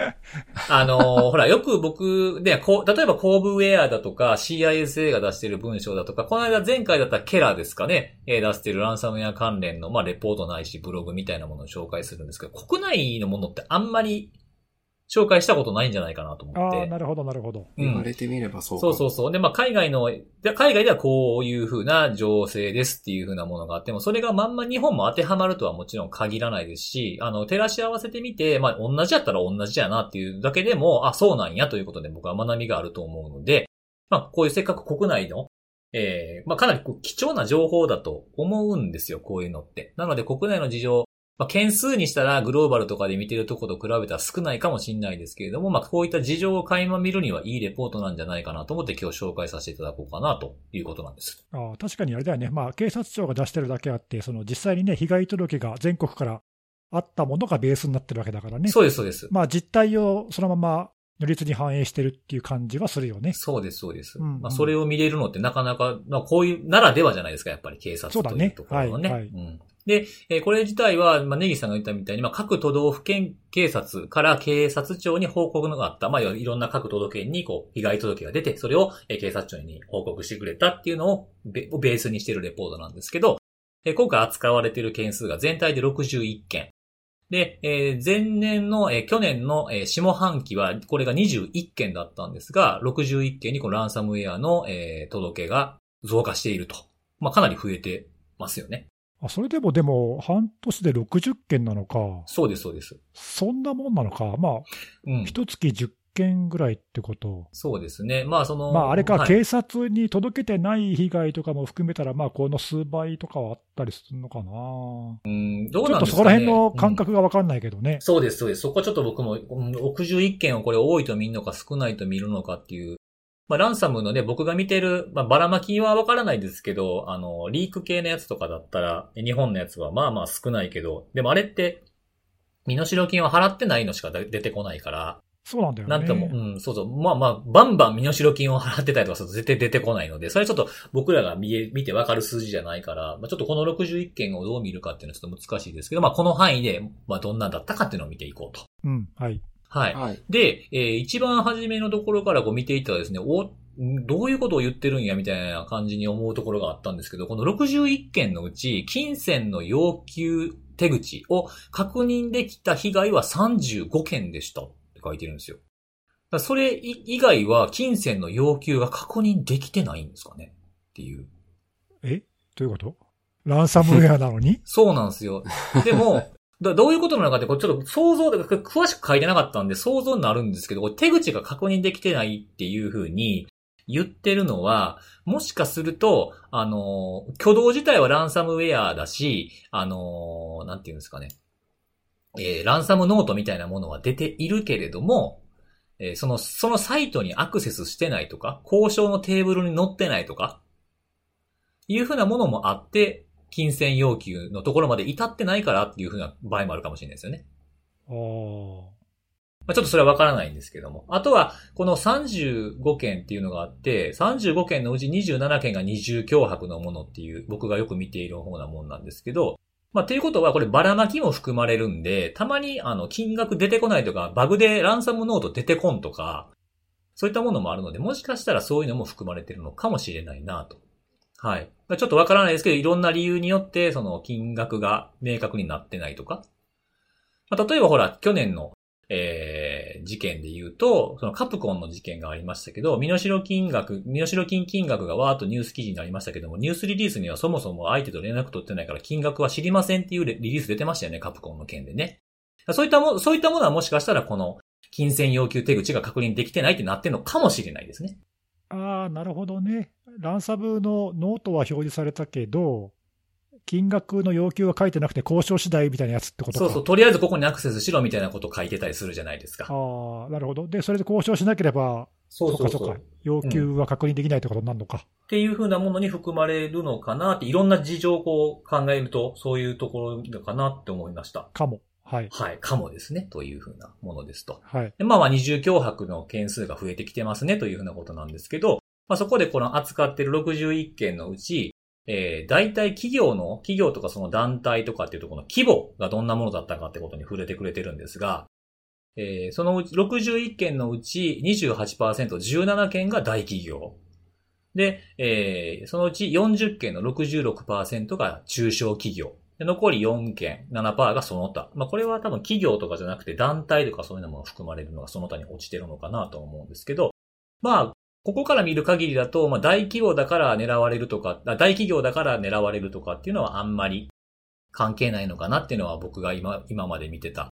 A: あのーほら、よく僕、ね、こう、例えばコーブウェアだとか、CISA が出してる文章だとか、この間前回だったらケラですかね、えー出してるランサムウェア関連の、まあ、レポートないし、ブログみたいなものを紹介するんですけど、国内のものってあんまり紹介したことないんじゃないかなと思っ
B: ああ、
A: て。
B: なるほど、なるほど。
A: う
C: 言わ
A: ん。
C: れてみればそうか
A: そ
C: も
A: うそうそう。で、まあ、海外の、で海外ではこういう風な情勢ですっていう風なものがあっても、それがまんま日本も当てはまるとはもちろん限らないですし、あの、照らし合わせてみて、まあ、同じやったら同じやなっていうだけでも、あ、そうなんやということで僕は学びがあると思うので、まあ、こういうせっかく国内の、えーまあ、かなりこう貴重な情報だと思うんですよ、こういうのって。なので、国内の事情、まあ、件数にしたらグローバルとかで見てるとこと比べたら少ないかもしれないですけれども、まあ、こういった事情を垣間見るにはいいレポートなんじゃないかなと思って今日紹介させていただこうかなということなんです。
B: ああ確かにあれだよね、まあ、警察庁が出してるだけあって、その実際にね、被害届が全国からあったものがベースになってるわけだからね、
A: そうです、そうです。
B: まあ、実態をそのまま如実に反映してるっていう感じはするよね。
A: そうです、そうです。
B: うんうん
A: まあ、それを見れるのってなかなか、まあ、こういう、ならではじゃないですか、やっぱり警察と
B: そうだ
A: いう
B: ね
A: ところのね。
B: はいはい
A: うんで、えーこれ自体は、まあ、ネギさんが言ったみたいに、まあ、各都道府県警察から警察庁に報告のがあった。まあ、いわゆるいろんな各都道府県に、こう、被害届が出て、それを、えー警察庁に報告してくれたっていうのをベ、をベースにしているレポートなんですけど、えー今回扱われている件数が全体で61件。で、えー前年の、えー去年の、えー下半期は、これが21件だったんですが、61件にこのランサムウェアの、えー届けが増加していると。まあ、かなり増えてますよね。
B: あそれでも、でも、半年で60件なのか、
A: そうです、そうです。
B: そんなもんなのか、まあ、
A: うん。
B: 一月10件ぐらいってこと。
A: そうですね。まあ、その、
B: まあ、あれか、
A: はい
B: 警察に届けてない被害とかも含めたら、まあ、この数倍とかはあったりするのかな。
A: うん、どう
B: ちょ
A: なん
B: っと
A: です
B: そ
A: か
B: こ
A: ね
B: ら辺の感覚が分かんないけどね。
A: そうです、そうです。そこちょっと僕も、うん61件をこれ多いと見るのか少ないと見るのかっていう。まあ、ランサムのね、僕が見てる、まあ、ばらまきはわからないですけど、あの、リーク系のやつとかだったら、日本のやつはまあまあ少ないけど、でもあれって、身代金を払ってないのしか出てこないから、
B: そうなんだよね。
A: なんとも、うん、そうそう、まあまあ、バンバン身代金を払ってたりとかすると絶対出てこないので、それはちょっと僕らが見え、見てわかる数字じゃないから、まあちょっとこの61件をどう見るかっていうのはちょっと難しいですけど、まあこの範囲で、まあどんなんだったかっていうのを見ていこうと。
B: うん、はい。
A: はい。
C: はい。
A: で、えー一番初めのところからこう見ていったらですね、お、んどういうことを言ってるんやみたいな感じに思うところがあったんですけど、この61件のうち、金銭の要求手口を確認できた被害は35件でしたって書いてるんですよ。だからそれ以以外は金銭の要求が確認できてないんですかねっていう。
B: えどういうことランサムウェアなのに
A: そうなんですよ。でも、だどういうことなのかって、これちょっと想像で、これ詳しく書いてなかったんで想像になるんですけど、これ手口が確認できてないっていうふうに言ってるのは、もしかすると、あの、挙動自体はランサムウェアだし、あの、なんていうんですかね。えーランサムノートみたいなものは出ているけれども、えーその、そのサイトにアクセスしてないとか、交渉のテーブルに載ってないとか、いうふうなものもあって、金銭要求のところまで至ってないからっていうふうな場合もあるかもしれないですよね。
B: ああ。
A: まあ、ちょっとそれはわからないんですけども。あとは、この35件っていうのがあって、35件のうち27件が二重脅迫のものっていう、僕がよく見ている方なもんなんですけど、まあ、っていうことは、こればらまきも含まれるんで、たまに、あの、金額出てこないとか、バグでランサムノート出てこんとか、そういったものもあるので、もしかしたらそういうのも含まれてるのかもしれないなと。はい。ちょっとわからないですけど、いろんな理由によって、その金額が明確になってないとか。まあ、例えばほら、去年のえー事件で言うと、そのカプコンの事件がありましたけど、身代金額、身代金金額がわーっとニュース記事になりましたけども、ニュースリリースにはそもそも相手と連絡取ってないから金額は知りませんっていうレリリース出てましたよね、カプコンの件でね。そういったも、そういったものはもしかしたらこの金銭要求手口が確認できてないってなってるのかもしれないですね。
B: ああ、なるほどね。ランサムのノートは表示されたけど、金額の要求は書いてなくて、交渉次第みたいなやつってことか。
A: そうそう、とりあえずここにアクセスしろみたいなこと書いてたりするじゃないですか。
B: ああ、なるほど。で、それで交渉しなければ、
A: そ
B: そうかそうか、要求は確認できないってことになるのか。
A: っていう風なものに含まれるのかなって、いろんな事情をこう考えると、そういうところなのかなって思いました。
B: かも。はい。
A: はい、かもですね、というふうなものですと。
B: はい。
A: でまあまあ二重脅迫の件数が増えてきてますねというふうなことなんですけど、まあそこでこの扱ってる61件のうち、えー、大体企業の、企業とかその団体とかっていうところの規模がどんなものだったかってことに触れてくれてるんですが、えー、そのうち61件のうち28%、17件が大企業。で、えー、そのうち40件の66%が中小企業。で残り4件、7%がその他。まあ、これは多分企業とかじゃなくて団体とかそういうのも含まれるのがその他に落ちてるのかなと思うんですけど、まあ、ここから見る限りだと、まあ、大企業だから狙われるとか、あ大企業だから狙われるとかっていうのはあんまり関係ないのかなっていうのは僕が今、今まで見てた、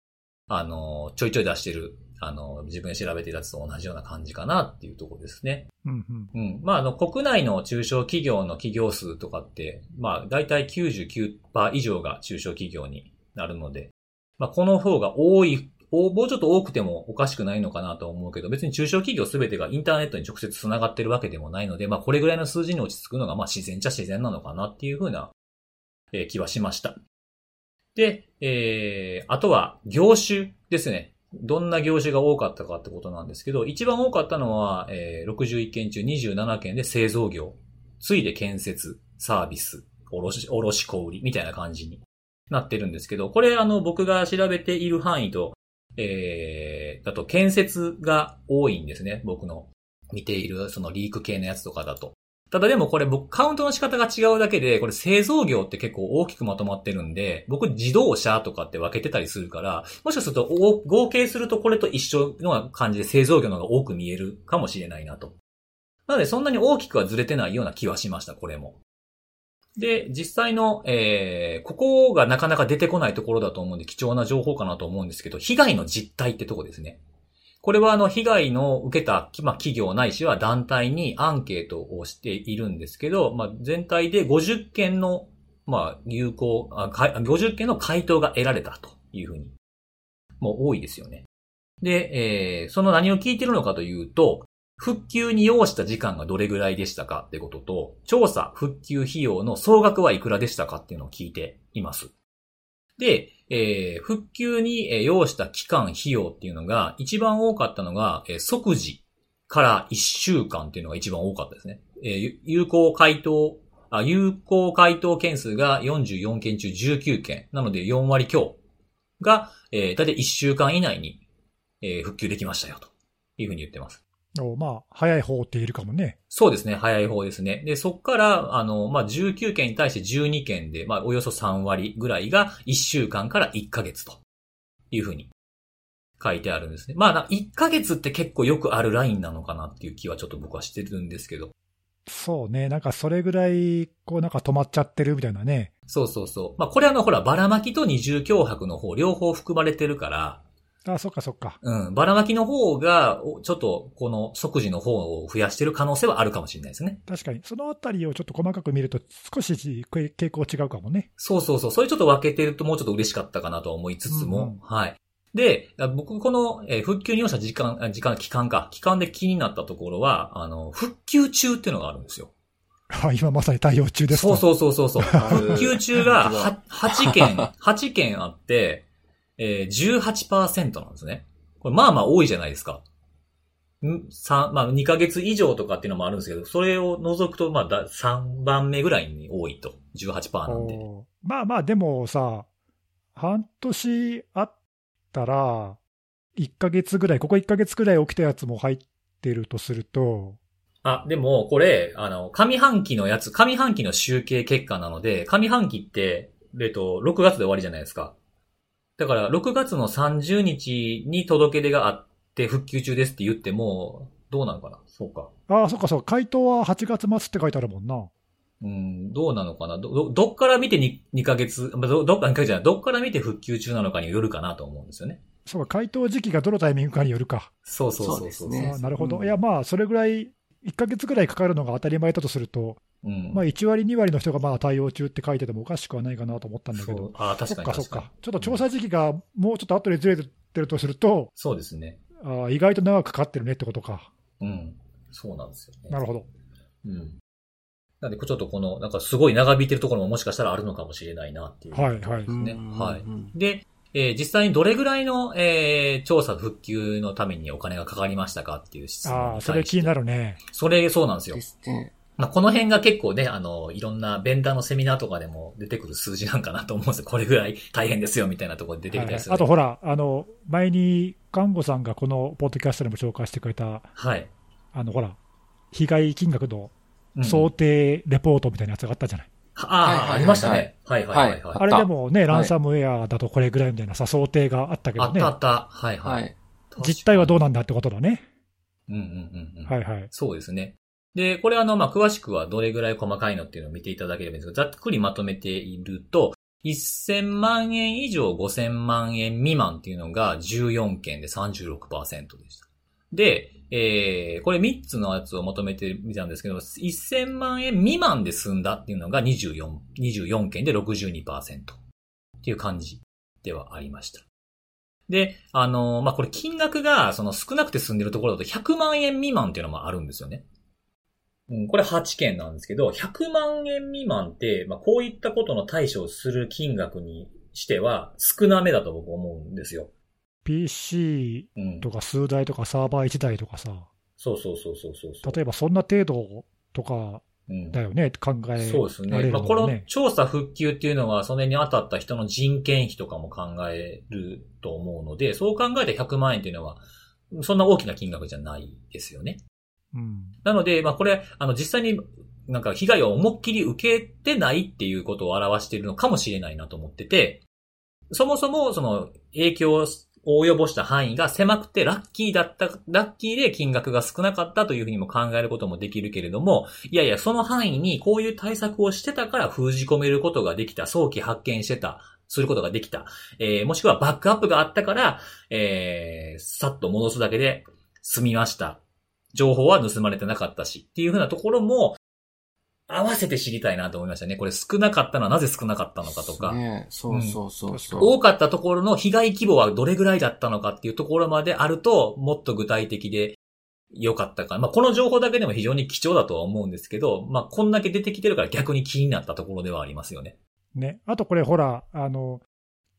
A: あの、ちょいちょい出してる、あの、自分で調べてるやつと同じような感じかなっていうところですね。
B: うんう
A: う
B: ん。
A: ん。まあ、あの、国内の中小企業の企業数とかって、まあ、だいたい99%以上が中小企業になるので、まあ、この方が多い、おもうちょっと多くてもおかしくないのかなと思うけど、別に中小企業すべてがインターネットに直接つながってるわけでもないので、まあ、これぐらいの数字に落ち着くのが、まあ、自然ちゃ自然なのかなっていうふうな、えー気はしました。で、えー、あとは、業種ですね。どんな業種が多かったかってことなんですけど、一番多かったのは、えー、61件中27件で製造業、次いで建設、サービス、卸し、卸小売りみたいな感じになってるんですけど、これあの僕が調べている範囲と、えー、だと建設が多いんですね。僕の見ているそのリーク系のやつとかだと。ただでもこれ僕カウントの仕方が違うだけで、これ製造業って結構大きくまとまってるんで、僕自動車とかって分けてたりするから、もしかするとお合計するとこれと一緒の感じで製造業の方が多く見えるかもしれないなと。なのでそんなに大きくはずれてないような気はしました、これも。で、実際の、えー、ここがなかなか出てこないところだと思うんで貴重な情報かなと思うんですけど、被害の実態ってとこですね。これはあの被害の受けた、まあ、企業ないしは団体にアンケートをしているんですけど、まあ、全体で50件の、まあ、有効あ、かい50件の回答が得られたというふうに、もう多いですよね。で、えーその何を聞いてるのかというと、復旧に要した時間がどれぐらいでしたかってことと、調査、復旧費用の総額はいくらでしたかっていうのを聞いています。で、えー復旧にえー要した期間、費用っていうのが、一番多かったのが、えー即時から1週間っていうのが一番多かったですね。えーゆ有効回答、あ、有効回答件数が44件中19件。なので4割強が、えー、だいたい1週間以内に、えー復旧できましたよ、というふうに言ってます。
B: おまあ、早い方っているかもね。
A: そうですね、早い方ですね。で、そこから、あの、まあ、19件に対して12件で、まあ、およそ3割ぐらいが1週間から1ヶ月というふうに書いてあるんですね。まあな、1ヶ月って結構よくあるラインなのかなっていう気はちょっと僕はしてるんですけど。
B: そうね。なんかそれぐらい、こうなんか止まっちゃってるみたいなね。
A: そうそうそう。まあ、これあの、ほら、ばらまきと二重脅迫の方、両方含まれてるから、
B: あ、そっかそっか。
A: うん、ばらまきの方が、おちょっと、この即時の方を増やしてる可能性はあるかもしれないですね。
B: 確かに。そのあたりをちょっと細かく見ると、少し傾傾向違うかもね。
A: そうそうそう。それちょっと分けてるともうちょっと嬉しかったかなと思いつつも、はい。で、あ僕この、えー復旧に要した時間、あ時間、期間か。期間で気になったところは、あの、復旧中っていうのがあるんですよ。
B: あ今まさに対応中です
A: そう
B: か。
A: そうそうそうそう。 復旧中が
C: うん
A: は8件、8件あって、えー、18%なんですね。これまあまあ多いじゃないですか。ん三まあ2ヶ月以上とかっていうのもあるんですけど、それを除くと、まあだ3番目ぐらいに多いと。18%なんで。
B: おーまあまあ、でもさ、半年あったら、1ヶ月ぐらい、ここ1ヶ月ぐらい起きたやつも入ってるとすると、
A: あ、でも、これ、あの、上半期のやつ、上半期の集計結果なので、上半期って、えっと、6月で終わりじゃないですか。だから、6月の30日に届け出があって、復旧中ですって言っても、どうなのかなそうか。
B: ああ、そっかそっか、回答は8月末って書いてあるもんな。
A: うん、どうなのかなど、ど、どっから見て 2, 2ヶ月、まあど、どっか2ヶ月じゃない、どっから見て復旧中なのかによるかなと思うんですよね。
B: そうか、回答時期がどのタイミングかによるか。
A: そうそうそうそう
C: そうですね
B: あなるほど。
C: うん
B: いや、まあ、それぐらい、1ヶ月ぐらいかかるのが当たり前だとすると、
A: うん。
B: まあ、1割、2割の人がまあ対応中って書いててもおかしくはないかなと思ったんだけ
A: そう
B: ど、
A: あー、確
B: そっ
A: かに
B: かそっ
A: 確かに
B: か。、ちょっと調査時期がもうちょっと後でずれてるとすると、
A: そうですね。
B: ああ意外と長くかかってるねってことか。
A: うん。そうなんですよね。
B: なるほど。
A: うん。なんで、ちょっとこの、なんかすごい長引いてるところももしかしたらあるのかもしれないなっていう。
B: はいはい。
A: ねはい
C: うん
A: で、えー実際にどれぐらいの、えー調査復旧のためにお金がかかりましたかっていう質問
B: ああ、
A: に対して。
B: それ気になるね。
A: それ、そうなんですよ
C: で。すね。
A: まあ、この辺が結構ね、あの、いろんなベンダーのセミナーとかでも出てくる数字なんかなと思うんですよ。これぐらい大変ですよ、みたいなところで出てきたりする。
B: はいあとほら、あの前に看護さんがこのポッドキャストでも紹介してくれた、
A: はい。
B: あのほら、被害金額の
A: うん
B: 想定レポートみたいなやつがあったじゃない、
C: はい
A: あ
C: はい
A: あ、ありましたね。はいはいはい
C: は
A: はいい。
C: あった
B: あれでもね、
C: い
B: ランサムウェアだとこれぐらいみたいなさ、想定があったけ
A: あ
B: ど
A: っ
B: ね
A: た、あった。はいは。
C: はいい。
B: 実態はどうなんだってことだね。
A: うんうんうんうん。
B: はいはい、
A: そうですね。で、これあの、まあ、詳しくはどれぐらい細かいのっていうのを見ていただければいいんですけど、ざっくりまとめていると、1000万円以上5000万円未満っていうのが14件で36%でした。で、えー、これ3つのやつをまとめてみたんですけど、1000万円未満で済んだっていうのが24、24件で62%っていう感じではありました。で、あの、まあ、これ金額が、その少なくて済んでるところだと100万円未満っていうのもあるんですよね。うん、これ8件なんですけど、100万円未満って、まあ、こういったことの対処をする金額にしては少なめだと僕思うんですよ。
B: PC
A: うん。
B: とか数台とかサーバー1台とかさ、
A: そうそうそうそうそうそう。
B: 例えばそんな程度とか
A: うん
B: だよね、考えられる
A: そうですね。まあ、こ
B: の
A: の調査復旧っていうのは、それに当たった人の人件費とかも考えると思うので、そう考えて100万円っていうのは、そんな大きな金額じゃないですよね。
B: うん
A: なので、まあこれ、あの実際になんか被害を思いっきり受けてないっていうことを表しているのかもしれないなと思ってて、そもそもその影響を及ぼした範囲が狭くてラッキーだった、ラッキーで金額が少なかったというふうにも考えることもできるけれども、いやいや、その範囲にこういう対策をしてたから封じ込めることができた、早期発見してた、することができた、えー、もしくはバックアップがあったから、えー、さっと戻すだけで済みました。情報は盗まれてなかったし、っていうふうなところも、合わせて知りたいなと思いましたね。これ少なかったのはなぜ少なかったのかとか、
C: ねそうそうそうそう。
A: 多かったところの被害規模はどれぐらいだったのかっていうところまであると、もっと具体的で良かったか。まあ、この情報だけでも非常に貴重だとは思うんですけど、まあ、こんだけ出てきてるから逆に気になったところではありますよね。
B: ね、あとこれ、ほらあの、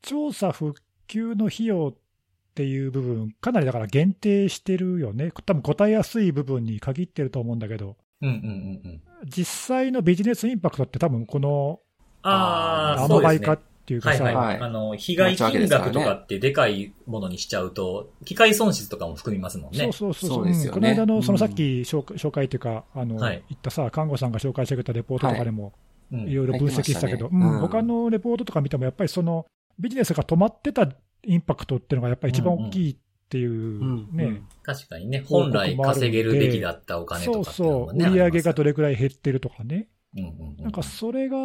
B: 調査復旧の費用っていう部分、かなりだから限定してるよね、多分答えやすい部分に限ってると思うんだけど、
A: うんうんうんうん。
B: 実際のビジネスインパクトって、多分この
A: あ
C: あ
A: あ、
C: ー
B: 何
A: そ
B: の
A: うで
B: 倍
A: す
B: か
A: ね
B: っ。ていうか
A: はい
B: さ、
A: はい。
C: はい
A: あの、被害金額とかってでかいものにしちゃうと、機械損失とかも含みますもん
B: そ
A: ね
B: う。そうそう
C: そううですよね
B: んこの間のそのさっ
C: う
B: き紹介紹介っていうか、あの
A: はい
B: 言ったさ、看護さんが紹介してくれたレポートとかでも、
A: うん
B: いろいろ分析したけど、
C: 入ってましたね
B: うん
C: うん
B: 他のレポートとか見ても、やっぱりそのビジネスが止まってたインパクトっていうのがやっぱり一番大きいっていう、
C: うんうん
B: ね。
C: うん
A: 確かにね、本来稼げるべきだったお金
B: そ
A: と
B: う
A: かっていうの
B: そ
A: も
B: う、
A: ね。
B: 売り上げ
A: あ
B: が
A: りま
B: どれくらい減ってるとかね、
A: すよねうんうんう
B: なんんかそれが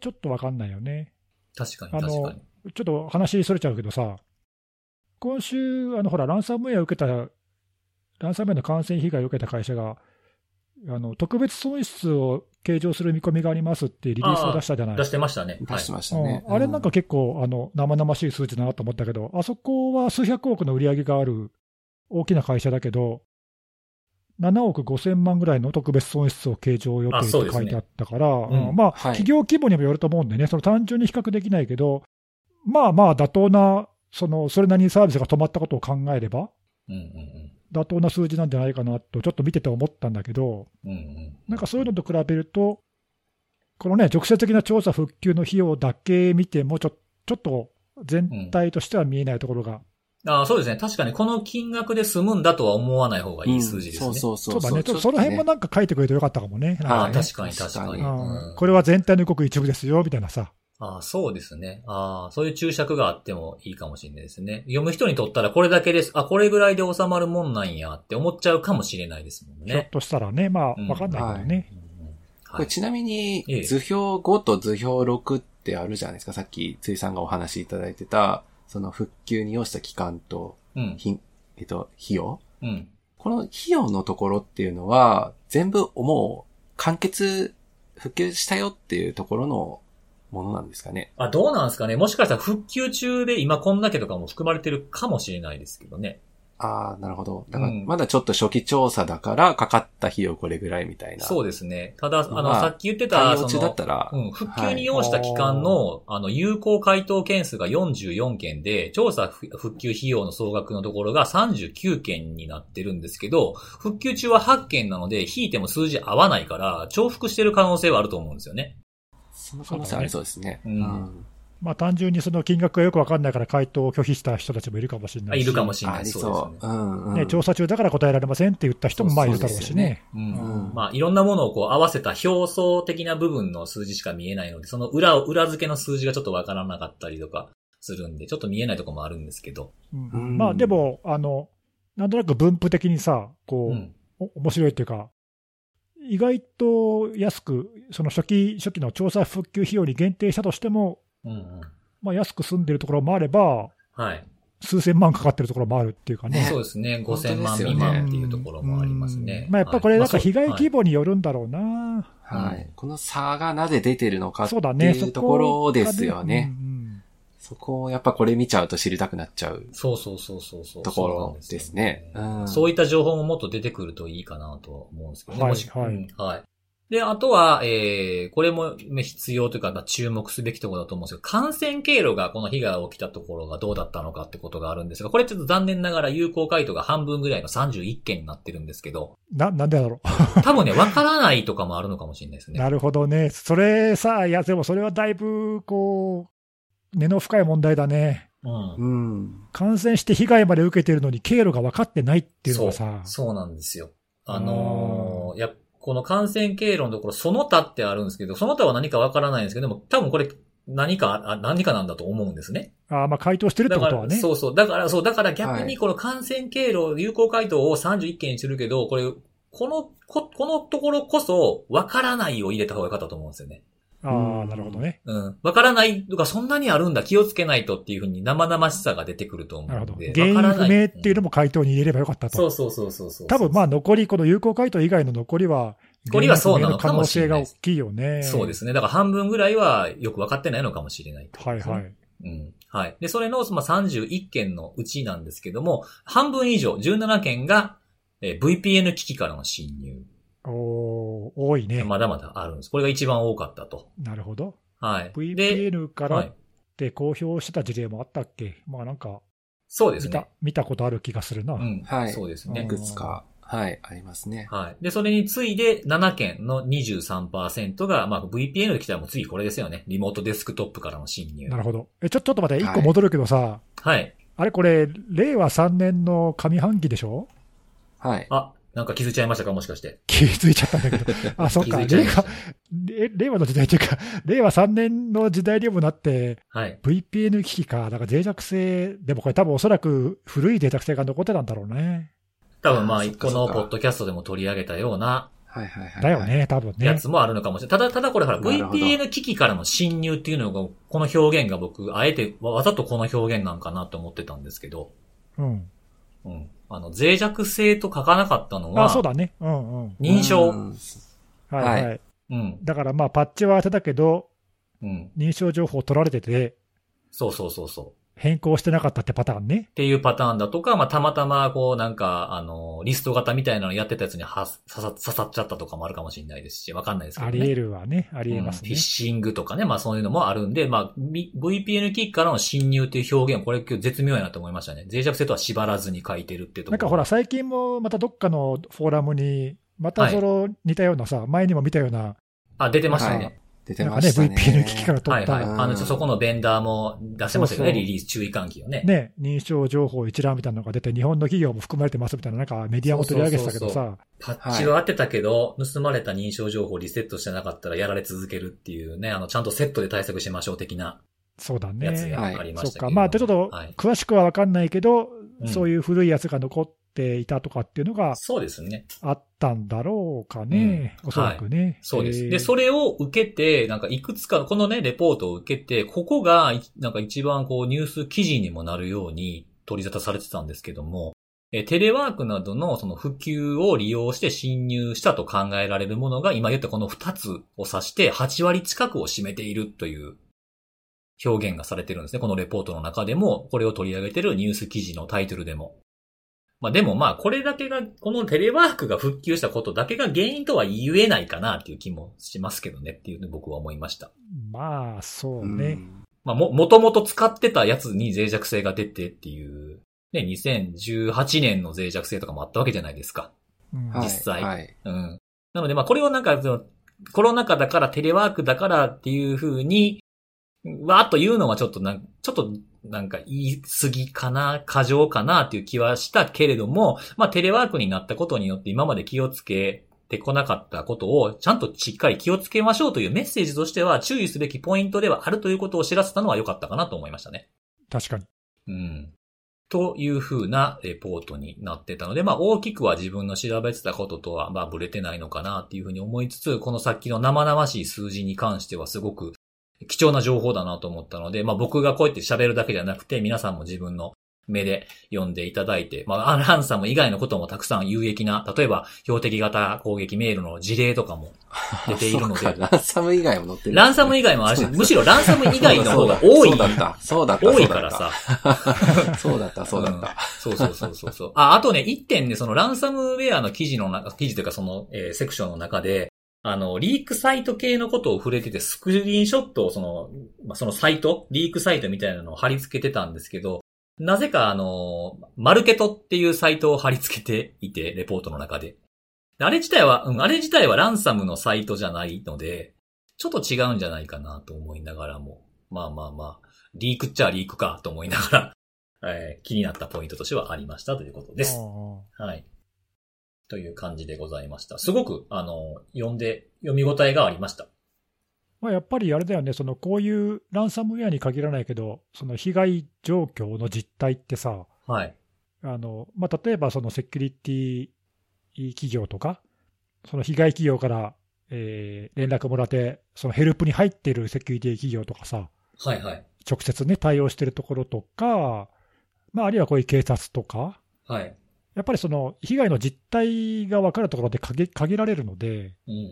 B: ちょっと分かんないよね、
A: 確かに
B: あ
A: 確
B: の
A: かに。
B: ちょっと話それちゃうけどさ、今週、あのほら、ランサムウェア受けた、ランサムウェアの感染被害を受けた会社が、あの特別損失を計上する見込みがありますってリリースを出したじゃない
A: 出してましたね。
C: 出してました
B: うん
C: ね。
B: あれなんか結構あの生々しい数字だなと思ったけど、あそこは数百億の売り上げがある大きな会社だけど、7億5000万ぐらいの特別損失を計上予定
A: あ
B: って
A: そうです
B: 書
A: ね
B: いてあったから、うん
A: うん
B: まあ、
C: はい
B: 企業規模にもよると思うんでね、その単純に比較できないけど、まあまあ妥当な、そのそれなりにサービスが止まったことを考えれば、
A: うんうん
B: 妥当な数字なんじゃないかなと、ちょっと見てて思ったんだけど、
A: うん。うんうん。
B: なんかそういうのと比べると、このね、直接的な調査復旧の費用だけ見てもちょ、ちょっと全体としては見えないところが、
A: ああ、そうですね。確かにこの金額で済むんだとは思わない方がいい数字ですね。
C: そうそうそ
B: そう
C: う。
B: だね、ちょっとその辺もなんか書いてくれてよかったかもね、なん
A: あ
B: か
A: あ、
B: ね
A: 確かに確かに。
C: 確か
B: うん
A: うん
B: これは全体のごく一部ですよみたいなさ、
A: ああ、そうですね。ああ、そういう注釈があってもいいかもしれないですね。読む人にとったらこれだけです。あ、これぐらいで収まるもんなんやって思っちゃうかもしれないですもん
B: ひょっ
A: ね。
B: としたらね、まあ、
A: うん
B: わかんないけどね、
A: うんうん
C: こ
A: は
C: れ
A: い。
C: ちなみに
A: ええ、
C: 図表5と図表6ってあるじゃないですか。さっき、ついさんがお話しいただいてた、その復旧に要した期間と、
A: うん。
C: ひえっと、費用
A: うん。
C: この費用のところっていうのは、全部もう完結、復旧したよっていうところのものなんですかね。
A: あ、どうなんですかね。もしかしたら復旧中で今こんだけとかも含まれてるかもしれないですけどね。
C: ああ、なるほど。だから、
A: うん
C: まだちょっと初期調査だから、かかった費用これぐらいみたいな。
A: そう
C: う。
A: ですね。ただ、あの、
C: まあ
A: さっき言ってた、
C: 対
A: そ
C: 応中だ
A: の
C: った、ら、
A: うん、復旧に要した期間の、あの、有効回答件数が44件で、調査ふ復旧費用の総額のところが39件になってるんですけど、復旧中は8件なので、引いても数字合わないから、重複してる可能性はあると思うんですよね。
C: その可能性ありそうですね。
A: そうだねうん
B: まあ、単純にその金額がよくわかんないから回答を拒否した人たちもいるかもしれないし
A: いるかもしれな
C: あ
A: い。
C: り
A: そう
C: そう。
A: ですね。
C: うんうん。
B: ね、調査中だから答えられませんって言った人もまあいるだろう
C: そうそ
B: し
C: うですよ
B: ね。
A: うん。
C: うん
A: まあ、いろんなものをこう合わせた表層的な部分の数字しか見えないので、その裏を、裏付けの数字がちょっとわからなかったりとかするんで、ちょっと見えないとこもあるんですけど。
B: うん
C: うん
B: まあ、でもあの、なんとなく分布的にさ、こう、
A: うん。
B: お面白いっていうか、意外と安く、その初期初期の調査復旧費用に限定したとしても、
A: うんうん。
B: まあ、安く済んでるところもあれば、
A: はい。
B: 数千万かかってるところもあるっていうかね。
A: そうですね。
C: 本当ですよ
A: 5000
C: ね
A: 万未満っていうところもありますね
B: う。んまあ、やっぱこれ、なんか
A: はい
B: 被害規
A: ま
B: 模によるんだろうな、
C: はい。この差がなぜ出てるのかって
B: そうだね、
C: いうところですよね。
B: そこがうんうん
C: そこをやっぱこれ見ちゃうと知りたくなっちゃう
A: あそうそうそうそうそう。
C: ところですね。
A: そうなんですよ
C: うん
A: そういった情報ももっと出てくるといいかなとは思うんですけどね。
B: はい
A: もし
B: はい
A: うんはい。で、あとは、えー、これもね必要というか、まあ、注目すべきところだと思うんですけど、感染経路がこの被害が起きたところがどうだったのかってことがあるんですが、これちょっと残念ながら有効回答が半分ぐらいの31件になってるんですけど、
B: ななんでだろ
A: 多分ね、わからないとかもあるのかもしれないです
B: う。
A: ね。
B: なるほどね。それさ、いや、でもそれはだいぶ、こう、根の深い問題だね。
A: うん。
C: うん。
B: 感染して被害まで受けてるのに経路が分かってないっていうのがさ、
A: そうそうなんですよ。あのーいや、この感染経路のところ、その他ってあるんですけど、その他は何かわからないんですけどでも、多分これ、何か、あ何かなんだと思うんですね。
B: あーまあ回答してるって
A: だか
B: こと
A: ら、
B: はね。
A: そうそう。だから、そう、だから逆
C: はい
A: にこの感染経路、有効回答を31件にするけど、これ、この、ここのところこそ、わからないを入れた方が良かったと思うんですよね。
B: ああ、なるほどね。
A: うん。わからないのがそんなにあるんだ、気をつけないとっていうふうに生々しさが出てくると思
B: なる
A: うの
B: ほど。
A: で。
B: 原因不明っていうの
A: も、
B: も回答に入れればよかった
A: そ
B: と。
A: うそうそうそうそう。
B: 多分まあ残り、この有効回答以外の残りは、
A: 残りはそうなのか
B: 可
A: も
B: 能
A: しれ
B: 性
A: な
B: が
A: いで
B: 大
A: す
B: きいよね。
A: そうですね。だから半分ぐらいはよく分かってないのかもしれないと。
B: はいはい。
A: うん。はい。で、それの、まあ、31件のうちなんですけども、半分以上、17件が、えー VPN 機器からの侵入。
B: おー多いね。
A: まだまだあるんです。これが一番多かったと。
B: なるほど。
A: はい。で、
B: VPN から
A: は
B: っ
A: い。
B: て公表してた事例もあったっけまあなんか、
A: そうで
B: 見
A: す
B: た
A: ね。、
B: 見たことある気がするな。
A: うん。
C: はい
A: そうです
B: うん
A: ね
C: い。くつか、はい、ありますね。
A: はい。で、それに次いで7件の23%が、まあ、VPN で来たらもう次これですよね。リモートデスクトップからの侵入
B: な。るほど。え、ちょ、ちょっと待って、一
C: は
B: 個
C: い
B: 戻るけどさ、
A: はい。
B: あれこれ、令和3年の上半期でしょ
C: はい。
A: あ、なんか気づいちゃいましたかもしかして。
B: 気づいちゃったんだけど。あ、そっ
A: 気
B: か。
A: づいちゃい
B: 令
A: ました
B: 和、。れ令和の時代というか、 令和3年の時代にもなって、
A: はい。
B: VPN 機器か、だから脆弱性、でもこれ多分おそらく古い脆弱性が残ってたんだろうね。
A: 多分ま
C: あ
A: あ、
C: ーそっか
A: こ
C: そ
A: の
C: っか
A: ポッドキャストでも取り上げたような
C: はいはいはい。
B: だよ。ね、多分ね。
A: やつもあるのかもしれない。ただ、ただこれほら、
C: なるほど
A: VPN 機器からの侵入っていうのが、この表現が僕、あえてわわざとこの表現なんかなと思ってたんですけど、
B: うん。
A: うん。あの、脆弱性と書かなかったの
B: あ、
A: は
B: そう、だね。うんうん。
A: 認証。
C: うん。
B: はいは。
C: はい
A: うん。
B: だからまあ、パッチは当てたけど、
A: うん。
B: 認証情報取られてて、
A: そうそうそうそう。
B: 変更してなかったってパターンね
A: っ。ていうパターンだとか、まあ、たまたま、こう、なんか、あの、リスト型みたいなのやってたやつには刺さ刺さっちゃったとかもあるかもしれないですし、わかんないですけど
B: あ
A: ね。
B: り得るわね。あり得ま
A: うん
B: す
A: フィ
B: ね
A: ッ。シングとかね、まあそういうのもあるんで、まあ、み VPN キッからの侵入っていう表現、これ今日絶妙やなと思いましたね。脆弱性とは縛らずに書いてるっていうところ。
B: なんかほら、、最近もまたどっかのフォーラムに、またその似たようなさ、前にも見たような、
A: あ、出てましたね。
C: 出て
B: なんか
C: ま
B: ね、
C: したね。
B: VPN 機器から
A: は
B: 取
A: い
B: った、
A: はい。あの、ちょそこのベンダーも出してましたよね、
B: そうそう
A: リリース注意喚起をね。
B: ね、認証情報一覧みたいなのが出て、日本の企業も含まれてますみたいな、なんかメディアも取り上げてたけど
A: そう
B: さ、
A: パッチは当てたけど、盗まれた認証情報をリセットしてなかったらやられ続けるっていうね、あの、ちゃんとセットで対策しましょう的な
B: そうだ
A: やつ
B: ね
A: が。ありま
B: そ
A: し
B: った
A: けど
B: か、まあ、ちょっと
A: はい
B: 詳しくは分かんないけど、
A: うん
B: そういう古いやつが残っていたとかっていうのが
A: そうですね。
B: あったんだろうかね、
A: うん
B: おそらくね。
A: そうで
B: え
A: す。
B: ー
A: で、それを受けて、なんかいくつか、このね、レポートを受けて、ここが、いなんか一番こう、ニュース記事にもなるように取り沙汰されてたんですけども、えーテレワークなどのその普及を利用して侵入したと考えられるものが、今言ったこの2つを指して、8割近くを占めているという表現がされてるんですね。このレポートの中でも、これを取り上げてるニュース記事のタイトルでも。まあでもまあこれだけが、このテレワークが復旧したことだけが原因とは言えないかなっていう気もしますけどねっていうのを僕は思いました。
B: まあ、そう
C: うん
B: ね。
A: まあも、もともと使ってたやつに脆弱性が出てっていう、ね、2018年の脆弱性とかもあったわけじゃないですか。
B: うん
C: はい
A: 実際
C: はい。
A: うん。なので、まあ、これをなんか、そのコロナ禍だから、テレワークだからっていう風に、わーっと言うのはちょっとなん、ちょっと、なんか言い過ぎかな、過剰かなっていう気はしたけれども、まあ、テレワークになったことによって今まで気をつけてこなかったことを、ちゃんとしっかり気をつけましょうというメッセージとしては、注意すべきポイントではあるということを知らせたのは良かったかなと思いましたね。
B: 確かに。
A: うん。というふうなレポートになってたので、まあ大きくは自分の調べてたこととは、まあブレてないのかなっていうふうに思いつつ、このさっきの生々しい数字に関してはすごく貴重な情報だなと思ったので、まあ僕がこうやって喋るだけじゃなくて、皆さんも自分の目で読んでいただいて、まあアンハンさんも以外のこともたくさん有益な、例えば標的型攻撃メールの事例とか も出ているの
C: そう
A: で、
C: かランサム以外も載ってる。
A: ランサム以外もあるし、むしろランサム以外の方が多い
C: そう、だった。そうだった。
A: 多いからさ。
C: そうだった。そうだ った。
A: そうそうそうそうそう。あ、あとね、一点ね、そのランサムウェアの記事の中、記事というかその、えーセクションの中で、あの、リークサイト系のことを触れてて、スクリーンショットをその、まあ、そのサイト、リークサイトみたいなのを貼り付けてたんですけど、なぜかあの、マルケトっていうサイトを貼り付けていて、レポートの中で。であれ自体は、うん、あれ自体はランサムのサイトじゃないので、ちょっと違うんじゃないかなと思いながらも、まあまあまあ、リークっちゃリークかと思いながら、 えー気になったポイントとしてはありましたということです
B: う。んうん
A: はい。という感じでございました。すごく、あの、読んで、読み応えがありました。
B: まあ、やっぱりあれだよね、そのこういうランサムウェアに限らないけど、その被害状況の実態ってさ、
A: はい。
B: あのまあ、例えばそのセキュリティ企業とか、その被害企業から、えー連絡もらって、そのヘルプに入っているセキュリティ企業とかさ、
A: はいはい。
B: 直接ね、対応しているところとか、まあ、あるいはこういう警察とか、
A: はい。
B: やっぱりその被害の実態が分かるところで限限られるので、
A: うんうんう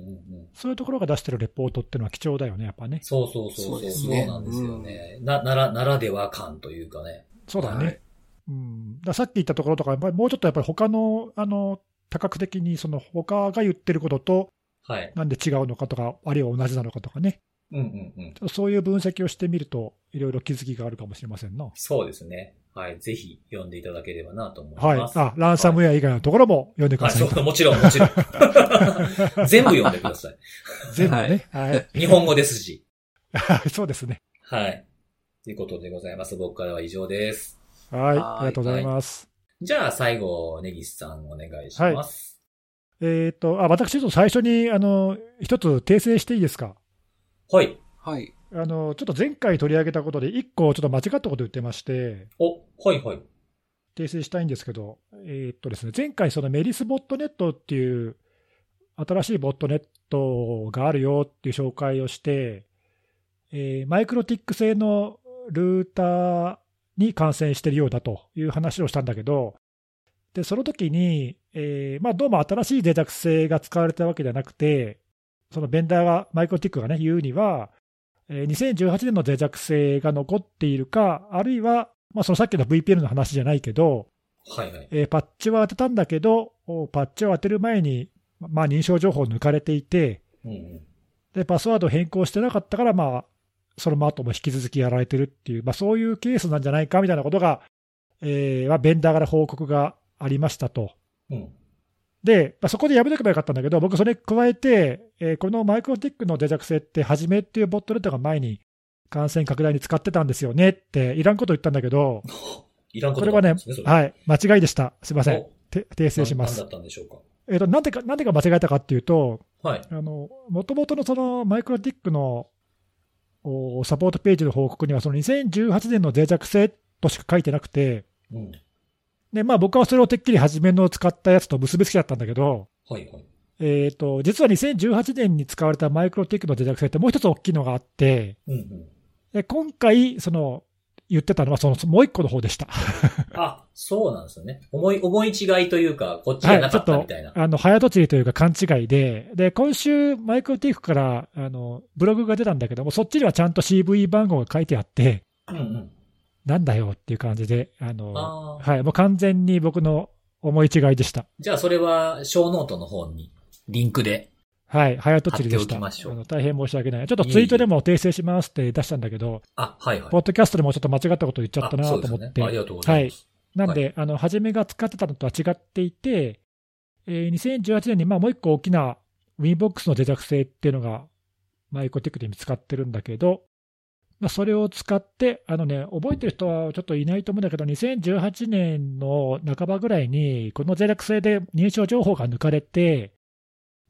A: ん。
B: そういうところが出してるレポートっていうのは貴重だよね、やっぱね。
A: そうそうそうそ。そ
C: そうう
A: う
C: ですね
A: なんですよね。な、なら、ならでは感というかね。
B: そうだね。
C: はい
B: うん、だからさっき言ったところとか、やっぱりもうちょっとやっぱり他のあの多角的に、その他が言ってることと、
A: はい。
B: なんで違うのかとか、あるいは同じなのかとかね、
A: うんうんうん。
B: ちょっとそういう分析をしてみると、いろいろ気づきがあるかもしれませんな。
A: そうですね。はい。ぜひ読んでいただければなと思い
B: はい、
A: ます。
B: あランサムウェア以外のところも読んでく
A: は
B: だ
A: い、
B: さ
A: そ
B: いと、
A: う、もちろん、もちろん。 全部読んでください。
B: 全部ね、はい
A: 日本語ですし。
B: はい、 そうですね、
A: はい。ということでございます。僕からは以上です。
B: はい、
C: はい
B: ありがとうございます。
A: じゃあ、最後、根岸さんお願いします。
B: えっ、と、あ私、ちょっと最初に、あの、一つ訂正していいですか。
A: はい。
C: はい。
B: あの、ちょっと前回取り上げたことで、一個ちょっと間違ったこと言ってまして、
A: お、はいはい。
B: 訂正したいんですけど、えーっとですね、前回、そのメリスボットネットっていう、新しいボットネットがあるよっていう紹介をして、えーマイクロティック製のルーターに感染してるようだという話をしたんだけど、でその時に、えーまあ、どうも新しい脆弱性が使われたわけじゃなくて、そのベンダーが、マイクロティックが、ね、言うには、えー2018年の脆弱性が残っているか、あるいは、まあ、そのさっきの VPN の話じゃないけど、
A: はいはい。
B: えーパッチは当てたんだけど、おパッチを当てる前に、まあ、認証情報を抜かれていて
A: うんうん。
B: で、パスワードを変更してなかったから、まあ、その後も引き続きやられてるっていう、まあ、そういうケースなんじゃないかみたいなことが、えーまあ、ベンダーから報告がありましたと。
A: うん。
B: で、まあ、そこでやめとけばよかったんだけど、僕、それに加えて、えーこのマイクロティックの脆弱性って、はじめっていうボットネットが前に感染拡大に使ってたんですよねって、いらんこと言ったんだけど、
A: いらんこ
B: ことれはね、
A: い。
B: はい、間違いでした。すみま
A: お
B: せん。て訂正しま
A: な
B: す
A: ん。だったんでしょう
B: えっ、と、なんでか、なんでか間違えたかっていうと、
A: か。はい。
B: あの、もともとのそのマイクロティックのおサポートページの報告には、その2018年の脆弱性としか書いてなくて、
A: うん。
B: で、まあ僕はそれをてっきり初めの使ったやつと結びつけちゃったんだけど、
A: はいはい。
B: えっ、と、実は2018年に使われたマイクロティックの脆弱性ってもう一つ大きいのがあって、
A: うんうん。
B: で今回、その、言ってたのは、その、もう一個の方でした。
A: あ、そうなんですよね。思い、思い違いというか、こっち
B: は、
A: がない
B: ち
A: か
B: ょっ
A: った
B: と
A: みたいな。
B: あの早とちりというか勘違いで、で今週、マイクロティークからあのブログが出たんだけども、そっちにはちゃんと CV 番号が書いてあって、
A: うんうん。
B: なんだよっていう感じで、あの
A: ああ。
B: はい、もう完全に僕の思い違いでした。
A: じゃあそれは、小ノートの方に、リンクで。
B: はい、早とちりで
A: 貼
B: した。
A: っておきましょう
B: あの大変申し訳ない。ちょっとツイートでも訂正しますって出したんだけど、
A: あ、はいはい。
B: ポッドキャストでもちょっと間違ったこと言っちゃったな
A: あ
B: と
A: そうです
B: 思
A: よ
B: って。
A: ね。ありがとうございます。
B: なんで、あの、初めが使ってたのとは違っていて、えー2018年にまあもう一個大きな WinBox の脆弱性っていうのが、マイコテックで見つかってるんだけど、まあ、それを使って、あのね、覚えてる人はちょっといないと思うんだけど、2018年の半ばぐらいに、この脆弱性で認証情報が抜かれて、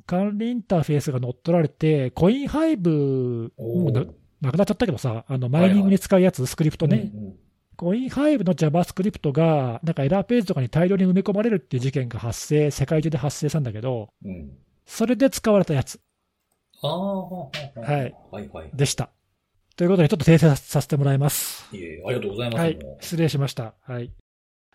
B: 管理インターフェースが乗っ取られて、コインハイブ、もうな
A: おー
B: なくなっちゃったけどさ、あのマイニングに使うやつ、スクリプトね、
A: うんうん
B: コインハイブの JavaScript が、なんかエラーページとかに大量に埋め込まれるっていう事件が発生、世界中で発生したんだけど、
A: うん。
B: それで使われたやつ
A: ああ、はいはい。はいはい。
B: でした。ということで、ちょっと訂正させてもらいます。
A: いえいえありがとうございます。
B: はい
A: も、
B: 失礼しました。はい。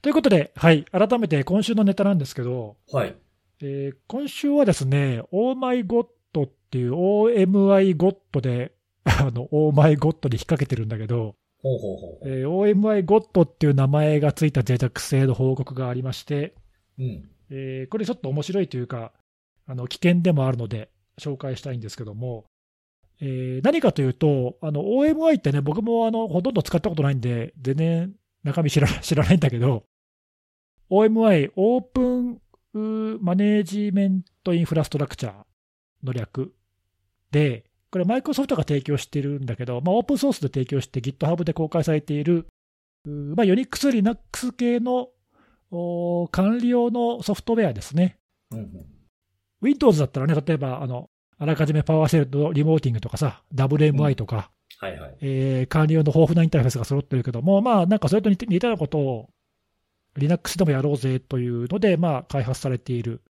B: ということで、はい、改めて今週のネタなんですけど、
A: うはい。
B: えー今週はですね、オーマイゴッドっていう OMI ゴッドで、あの、オーマイゴッドに引っ掛けてるんだけど、
A: ほうほうほうほう。
B: えー OMI ゴッドっていう名前がついた脆弱性の報告がありまして、
A: うん。
B: えーこれちょっと面白いというか、あの危険でもあるので、紹介したいんですけども、えー何かというと、あの OMI ってね、僕もあのほとんど使ったことないんで、全然中身知ら 知らないんだけど、OMI、オープンうーマネージメントインフラストラクチャーの略で、これ、マイクロソフトが提供してるんだけど、まあ、オープンソースで提供して GitHub で公開されている、うーまあ、Unix、Linux 系のおー管理用のソフトウェアですね。
A: うんうん。
B: Windows だったらね、例えば、あの、あらかじめパワーシェルとリモーティングとかさ、WMI とか、
A: はいはい。
B: えー管理用の豊富なインターフェースが揃ってるけども、まあ、なんかそれと似て似たようなことを Linux でもやろうぜというので、まあ、開発されている。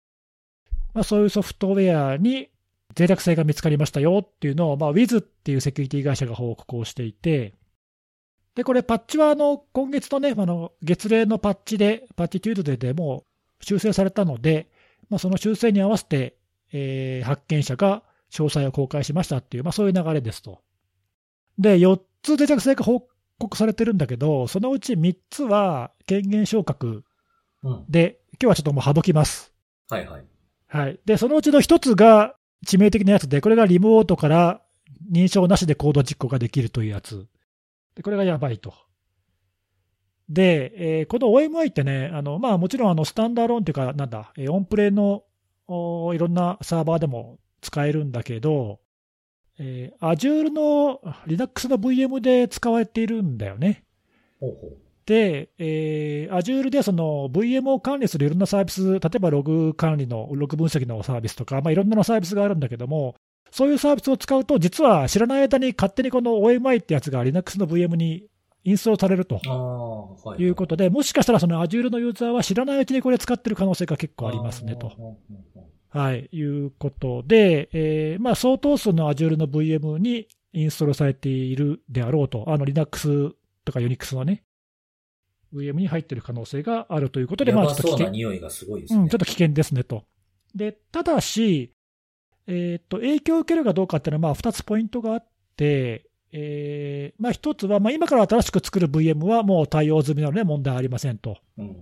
B: まあ、そういうソフトウェアに脆弱性が見つかりましたよっていうのを、まあ、Wiz っていうセキュリティ会社が報告をしていて、で、これ、パッチは、あの、今月のね、あの、月例のパッチで、パッチチュードデーでもう修正されたので、まあ、その修正に合わせて、えー発見者が詳細を公開しましたっていう、まあ、そういう流れですと。で、4つ脆弱性が報告されてるんだけど、そのうち3つは権限昇格
A: うん。
B: で、今日はちょっともう省きます。
A: はいはい。
B: はい。で、そのうちの1つが致命的なやつで、これがリモートから認証なしで行動実行ができるというやつ。で、これがやばいと。で、えーこの OMI ってね、あの、まあもちろんあの、スタンダーローンっていうか、なんだ、えーオンプレのおーいろんなサーバーでも使えるんだけど、えー Azure の Linux の VM で使われているんだよね。
A: ほうほう。
B: で、えー Azure でその VM を管理するいろんなサービス、例えばログ管理の、ログ分析のサービスとか、まあ、いろんなのサービスがあるんだけども、そういうサービスを使うと、実は知らない間に勝手にこの OMI ってやつが Linux の VM にインストールされると
A: ああ、はい、はい。
B: いうことで、もしかしたらその Azure のユーザーは知らないうちにこれ使ってる可能性が結構ありますねと。
A: うんうんうん
B: はい、いうことで、えーまあ、相当数の Azure の VM にインストールされているであろうと、あの Linux とか Unix のね、VM に入っている可能性があるということで、
A: や
B: まあ、ち
A: ば
B: ょっと危
A: そうな
B: 険、
A: 匂いがすごいです
B: う
A: ね。
B: ん、ちょっと危険ですねと。で、ただし、えーっと、影響を受けるかどうかっていうのは、まあ、2つポイントがあって、えーまあ、1つは、まあ、今から新しく作る VM はもう対応済みなので問題ありませんと。
A: うんうん。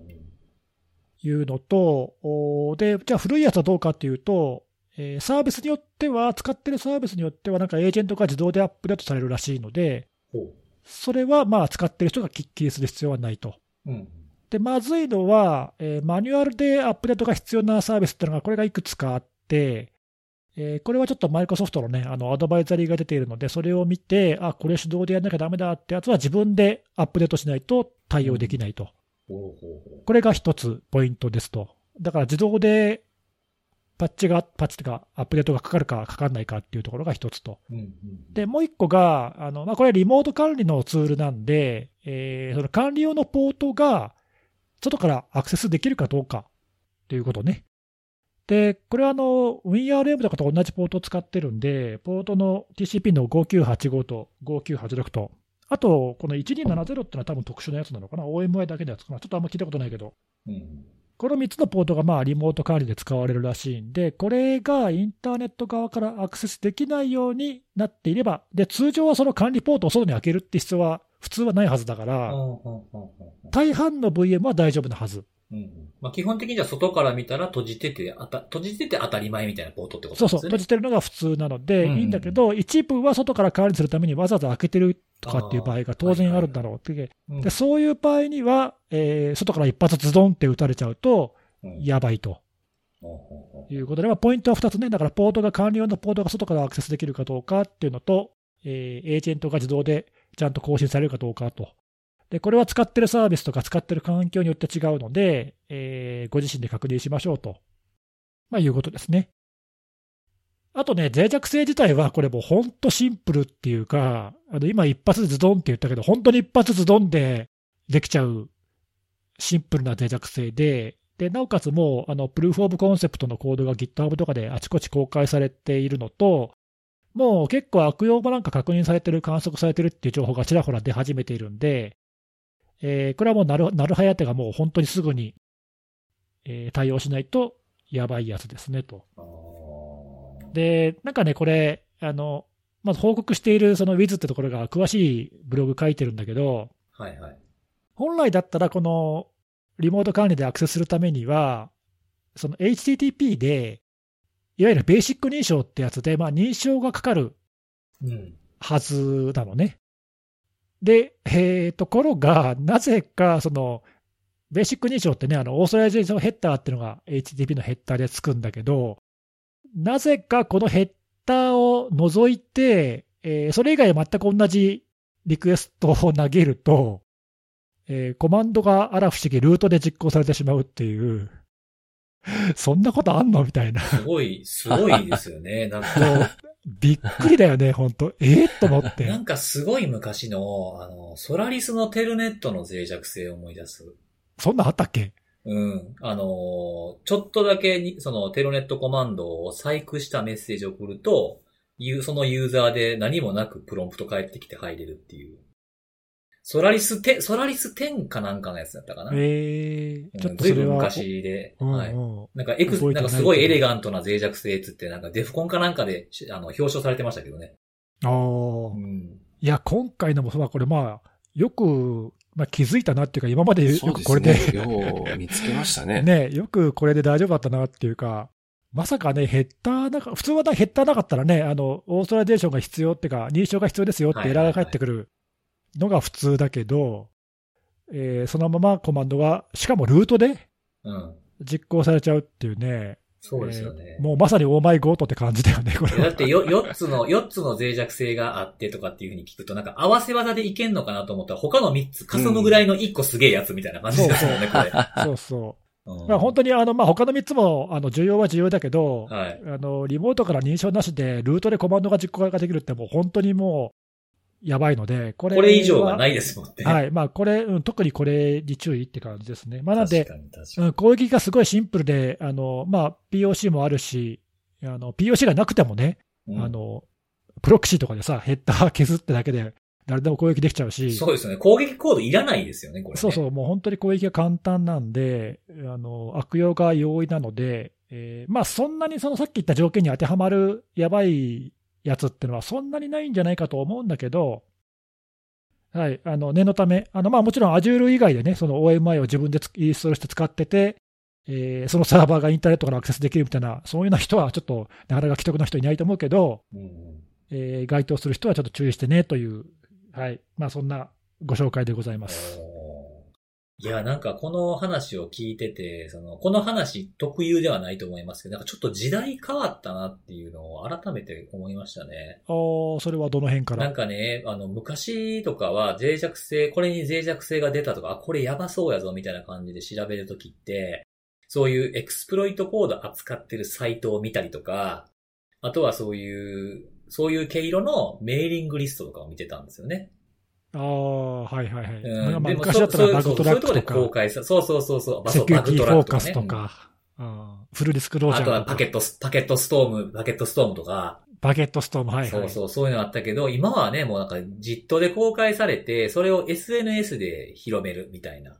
B: いうのと、おーで、じゃあ古いやつはどうかっていうと、えーサービスによっては、使ってるサービスによっては、なんかエージェントが自動でアップデートされるらしいので、
A: ほう。
B: それはまあ使ってる人がきっきりする必要はないと。
A: うんうん。
B: で、まずいのは、えーマニュアルでアップデートが必要なサービスっていうのが、これがいくつかあって、えーこれはちょっとマイクロソフトのね、あの、アドバイザリーが出ているので、それを見て、あ、これ手動でやんなきゃダメだってやつは自分でアップデートしないと対応できないと。
A: ほうほうほ
B: これが一つポイントですと。だから自動でパッチが、パッチとかアップデートがかかるかかかんないかっていうところが一つと。
A: う。うんうん。
B: で、もう一個が、あの、まあ、これはリモート管理のツールなんで、えーその管理用のポートが外からアクセスできるかどうかということね。で、これはあの、WinRM とかと同じポートを使ってるんで、ポートの TCP の5985と5986と、あと、この1270っていうのは多分特殊なやつなのかな ?OMI だけのやつかなちょっとあんま聞いたことないけど。
A: うん
B: この3つのポートがまあリモート管理で使われるらしいんで、これがインターネット側からアクセスできないようになっていれば、で通常はその管理ポートを外に開けるって必要は普通はないはずだか
A: うん。
B: ら、
A: うんうんうんうん
B: 大半の VM は大丈夫なはず
A: うんうんまあ、基本的には外から見たら閉じててあた、閉じてて当たり前みたいなポートってこと
B: そ
A: で
B: う
A: す
B: そ
A: ね。
B: う、閉
A: う
B: じてるのが普通なので、
A: うんうん
B: いいんだけど、一部は外から代わりにするためにわざわざ開けてるとかっていう場合が当然あるんだろうって、
A: そう
B: でそういう場合には、えー外から一発ズドンって撃たれちゃうと、
A: うんうん
B: やばいと
A: うんうんうん
B: いうことで、まあ、ポイントは2つね、だからポートが管理用のポートが外からアクセスできるかどうかっていうのと、えーエージェントが自動でちゃんと更新されるかどうかと。で、これは使ってるサービスとか使ってる環境によって違うので、えーご自身で確認しましょうと、まあ、いうことですね。あとね、脆弱性自体は、これもうほんとシンプルっていうか、あの今一発ズドンって言ったけど、本当に一発ズドンでできちゃうシンプルな脆弱性で、で、なおかつもう、あの、プルーフオブコンセプトのコードが GitHub とかであちこち公開されているのと、もう結構悪用もなんか確認されてる、観測されてるっていう情報がちらほら出始めているんで、えーこれはもうなる、なるはやてがもう本当にすぐに、えー対応しないとやばいやつですね、と。
A: あー
B: で、なんかね、これ、あの、まず報告しているその Wiz ってところが詳しいブログ書いてるんだけど、
A: はいはい。
B: 本来だったらこのリモート管理でアクセスするためには、その HTTP で、いわゆるベーシック認証ってやつで、まあ認証がかかる
A: うん。
B: はずなのね。で、えーところが、なぜか、その、ベーシック認証ってね、あの、オーソライゼーションヘッダーっていうのが HTTP のヘッダーでつくんだけど、なぜかこのヘッダーを除いて、えーそれ以外全く同じリクエストを投げると、えーコマンドがあら不思議、ルートで実行されてしまうっていう、 そんなことあんのみたいな。
A: すごい、すごいですよね。なん
B: もう
A: か、
B: びっくりだよね、本当えー、と思って。
A: なんかすごい昔の、あの、ソラリスのテルネットの脆弱性を思い出す。
B: そんなんあったっけ
A: うん。あのーちょっとだけに、そのテロネットコマンドを細工したメッセージを送ると、ゆそのユーザーで何もなくプロンプト返ってきて入れるっていう。ソラリス10、ソラリス10かなんかのやつだったかな。
B: ええ
A: うん
B: ちょっと
A: ずい
B: そ
A: ぶ
B: れ
A: ん
B: は。
A: 昔で。
B: うん
A: はい。
B: うん
A: なんかエクス、
B: 覚えて
A: なん
B: ない
A: かすごいエレガントな脆弱性っつって、なんかデフコンかなんかでしあの表彰されてましたけどね。
B: あ
A: う
B: あ。
A: ん。
B: いや、今回のもそうだ、これまあ、よく、まあ、気づいたなっていうか、今までよ
C: そう
B: く
C: で
B: こ
C: す
B: れで、
C: ね。よう見つけましたね。
B: ね、よくこれで大丈夫だったなっていうか、まさかね、ヘッダーなんか、普通はヘッダーなかったらね、あの、オーストラリゼーションが必要っていうか、認証が必要ですよってエラーが返ってくるのが普通だけど、えーそのままコマンドが、しかもルートで
A: うん。
B: 実行されちゃうっていうね、
A: そうですよね
B: えー。もうまさにオーマイゴートって感じだよね、これ
A: い
B: は
A: や だってよ、4つの、四つの脆弱性があってとかっていうふうに聞くと、なんか合わせ技でいけんのかなと思ったら、他の3つかすむぐらいの1個すげえやつみたいな感じですよね、これ。
B: そうそう。
A: うん
B: まあ、本当にあの、まあ、他の3つもあの重要は重要だけど、
A: はい。
B: あの、リモートから認証なしで、ルートでコマンドが実行ができるって、もう本当にもう、やばいので、これ
A: これ以上はないいですもんね。い。
B: はいまあ、これ、うん、特にこれに注意って感じですね。まあ、なん
A: 確
B: で、
A: かに確か
B: う
A: に。
B: ん、攻撃がすごいシンプルで、あのまあ、POC もあるし、あの POC がなくてもね、
A: うん
B: あの、プロキシーとかでさ、ヘッダー削ってだけで、誰でも攻撃できちゃうし。
A: そうですよね。攻撃コードいらないですよね、これ、ね。
B: そうそう、もう本当に攻撃が簡単なんで、あの悪用が容易なので、えーまあ、そんなにそのさっき言った条件に当てはまるやばいやつっていうのは、そんなにないんじゃないかと思うんだけど、はい、あの念のため、あのまあ、もちろん Azure 以外でね、その OMI を自分でつインストールして使ってて、えーそのサーバーがインターネットからアクセスできるみたいな、そういうような人はちょっと、なかなか既得な人いないと思うけど、
A: うんうん
B: えー該当する人はちょっと注意してねという、はいまあ、そんなご紹介でございます。
A: おーいや、なんかこの話を聞いてて、その、この話特有ではないと思いますけど、なんかちょっと時代変わったなっていうのを改めて思いましたね。
B: おーそれはどの辺か
A: なん
B: ら
A: かね、あの、昔とかは脆弱性、これに脆弱性が出たとか、あ、これやばそうやぞみたいな感じで調べるときって、そういうエクスプロイトコード扱ってるサイトを見たりとか、あとはそういう、そういう毛色のメーリングリストとかを見てたんですよね。
B: ああ、はいはいはい。
A: うん。
B: まあ、
A: でも
B: 昔だっ
A: そ
B: たら
A: う
B: バグト
A: そうそ
B: ラック
A: ういう
B: と
A: ところで公
B: か、
A: 開さ、そうそうそうそう、まあ
B: セ
A: そう
B: キュリ
A: バ
B: テ
A: グ
B: ィ
A: ト
B: フ
A: ラ
B: ォ
A: ッ
B: ー
A: クと
B: カ
A: かね
B: スとか、うんフルディスクロ
A: う
B: ー
A: ん
B: ジ
A: あ
B: ャー
A: とは
B: と
A: パ
B: か
A: ケ、ットス、パケットストーム、パケットストームとか、
B: バゲットストーム、はいはい。
A: そうそう、そういうのあったけど、今はね、もうなんか実ッで公開されて、それを SNS で広めるみたいな。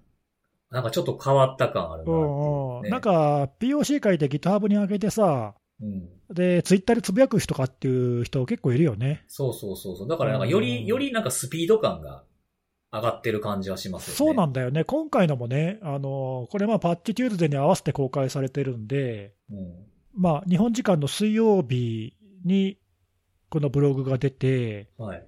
A: なんかちょっと変わった感あるなっていう
B: うんうん
A: ね
B: なん、か、POC 書いて GitHub に上げてさ、
A: うん。
B: で、ツイッターでつぶやく人とかっていう人結構いるよね。
A: そうそうそうそう。だからなんかよ
B: うん
A: り、よりなんかスピード感が上がってる感じはしますよね。
B: そうなんんだよね、今回のもね、あのこれ、まあパッチチューズデーに合わせて公開されてるんで、
A: うん。
B: まあ、日本時間の水曜日にこのブログが出て、
A: はい。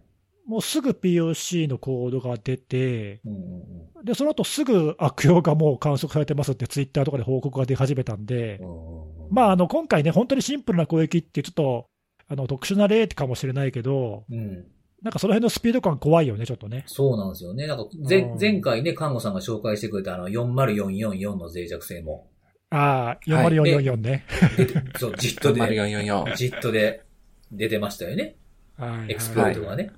B: もうすぐ POC のコードが出て、
A: うんうん
B: でその後すぐ悪用がもう観測されてますって、ツイッターとかで報告が出始めたんで
A: う、ん。
B: まあ、
A: あ、
B: あの今回ね、本当にシンプルな攻撃って、ちょっとあの特殊な例かもしれないけど、
A: うん。
B: なんかその辺のスピード感怖いよね、ちょっとね。
A: そうなんですよね。なんか、ぜ
B: うん
A: 前回ね、看護さんが紹介してくれたあの、40444の脆弱性も。
B: ああ、40444ね。
A: 出て そう、ジットで、
C: 40444。
A: ジットで出てましたよね。
B: はいはい
A: エクスプロイトがね。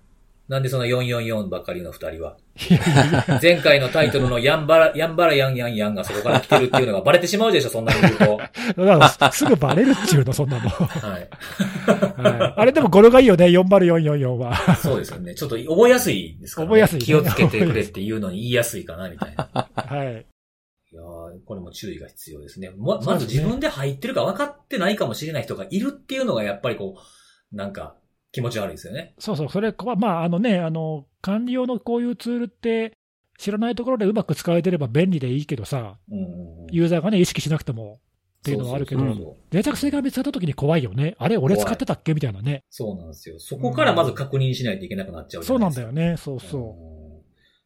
A: なんでその444ばっかりの二人は。
B: いやいや
A: 前回のタイトルのヤンバラ、ヤンバラヤンヤンヤンがそこから来てるっていうのがバレてしまうでしょ、そんなに言うと。
B: だからすぐバレるっちゅうの、そんなの。
A: はい。
B: はいあれでも語呂がいいよね、40444は。
A: そうですよね。ちょっと覚えやすいですから、ね。
B: 覚えやすいね
A: 気をつけてくれっていうのに言いやすいかな、みたいな。
B: はい。
A: いやーこれも注意が必要ですね。ま、まず
B: そうです
A: 自
B: ね
A: 分で入ってるか分かってないかもしれない人がいるっていうのがやっぱりこう、なんか気持ち悪いですよね。
B: そうそう、それ、こまあ、あのね、あの、管理用のこういうツールって、知らないところでうまく使われてれば便利でいいけどさ、
A: うんうんうん。
B: ユーザーがね、意識しなくても、ていうのはあるけど
A: そうそうそう
B: 脆弱性が見つかった時に怖いよね。あれ、俺使ってたっけみたいなね。
A: そうなんですよ。そこからまず確認しないといけなくなっちゃうじ
B: そ
A: ゃ
B: う
A: な
B: ない
A: で
B: ん
A: す
B: だ
A: か
B: よね、そうそ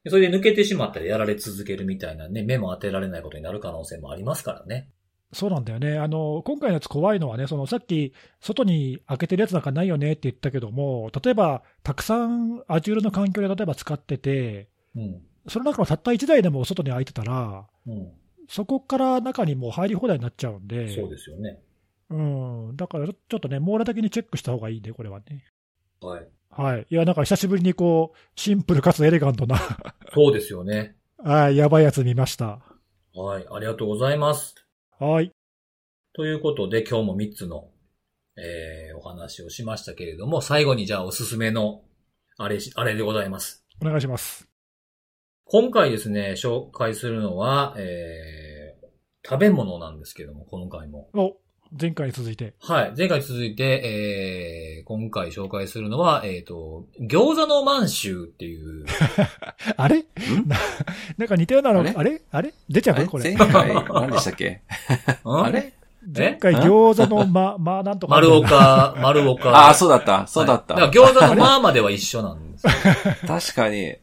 A: うん。それで抜けてしまったらやられ続けるみたいなね、目も当てられないことになる可能性もありますからね。
B: う。そうなんだよね。あの、今回のやつ怖いのはね、その、さっき、外に開けてるやつなんかないよねって言ったけども、例えば、たくさん Azure の環境で例えば使ってて、
A: うん。
B: その中のたった1台でも外に開いてたら、
A: うん。
B: そこから中にもう入り放題になっちゃうんで、
A: そうですよね。
B: うん、だからちょちょっとね、網羅的にチェックした方がいいね、これはね。
A: はい。
B: はい、いや、なんか久しぶりにこう、シンプルかつエレガントな、
A: そうですよね。
B: はい、やばいやつ見ました。
A: はい。ありがとうございます。
B: はい、
A: ということで、今日も3つの、えー、お話をしましたけれども、最後にじゃあおすすめの、あれし、あれでございます。
B: お願いします。
A: 今回ですね、紹介するのは、えー、食べ物なんですけども、今回も。
B: お前回に続いて。
A: はい。前回に続いて、えー、今回紹介するのは、えっ、と、餃子の満州って いう、
B: あれななんか似たようなの、あ
C: あ
B: れ
C: れ
B: あれ出ちゃ
C: あ
B: う
C: れ
B: これ
C: 前。回、何でしたっけあれ
B: 前回、餃子のま、 まあ、なんとか。
A: 丸岡、丸岡。
C: ああ、そうだった。そうだった。
A: はいだから餃子のまあまでは一緒なんですよ。
C: 確かに。
A: い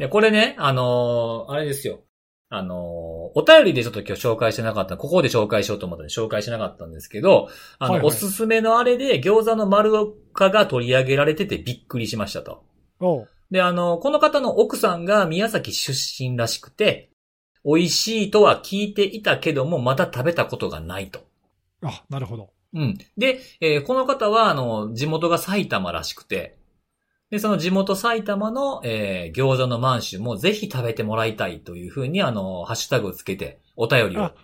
A: や、これね、あのーあれですよ。あのーお便りでちょっと今日紹介してなかった、ここで紹介しようと思ったんで紹介しなかったんですけど、あの、
B: はいはい
A: おすすめのあれで餃子の丸岡が取り上げられててびっくりしましたと。
B: おう
A: で、あの、この方の奥さんが宮崎出身らしくて、美味しいとは聞いていたけども、まだ食べたことがないと。
B: あ、なるほど。
A: うん。で、えーこの方は、あの、地元が埼玉らしくて、で、その地元埼玉の、えー餃子の満州もぜひ食べてもらいたいというふうに、あの、ハッシュタグをつけて、お便りを
B: あ。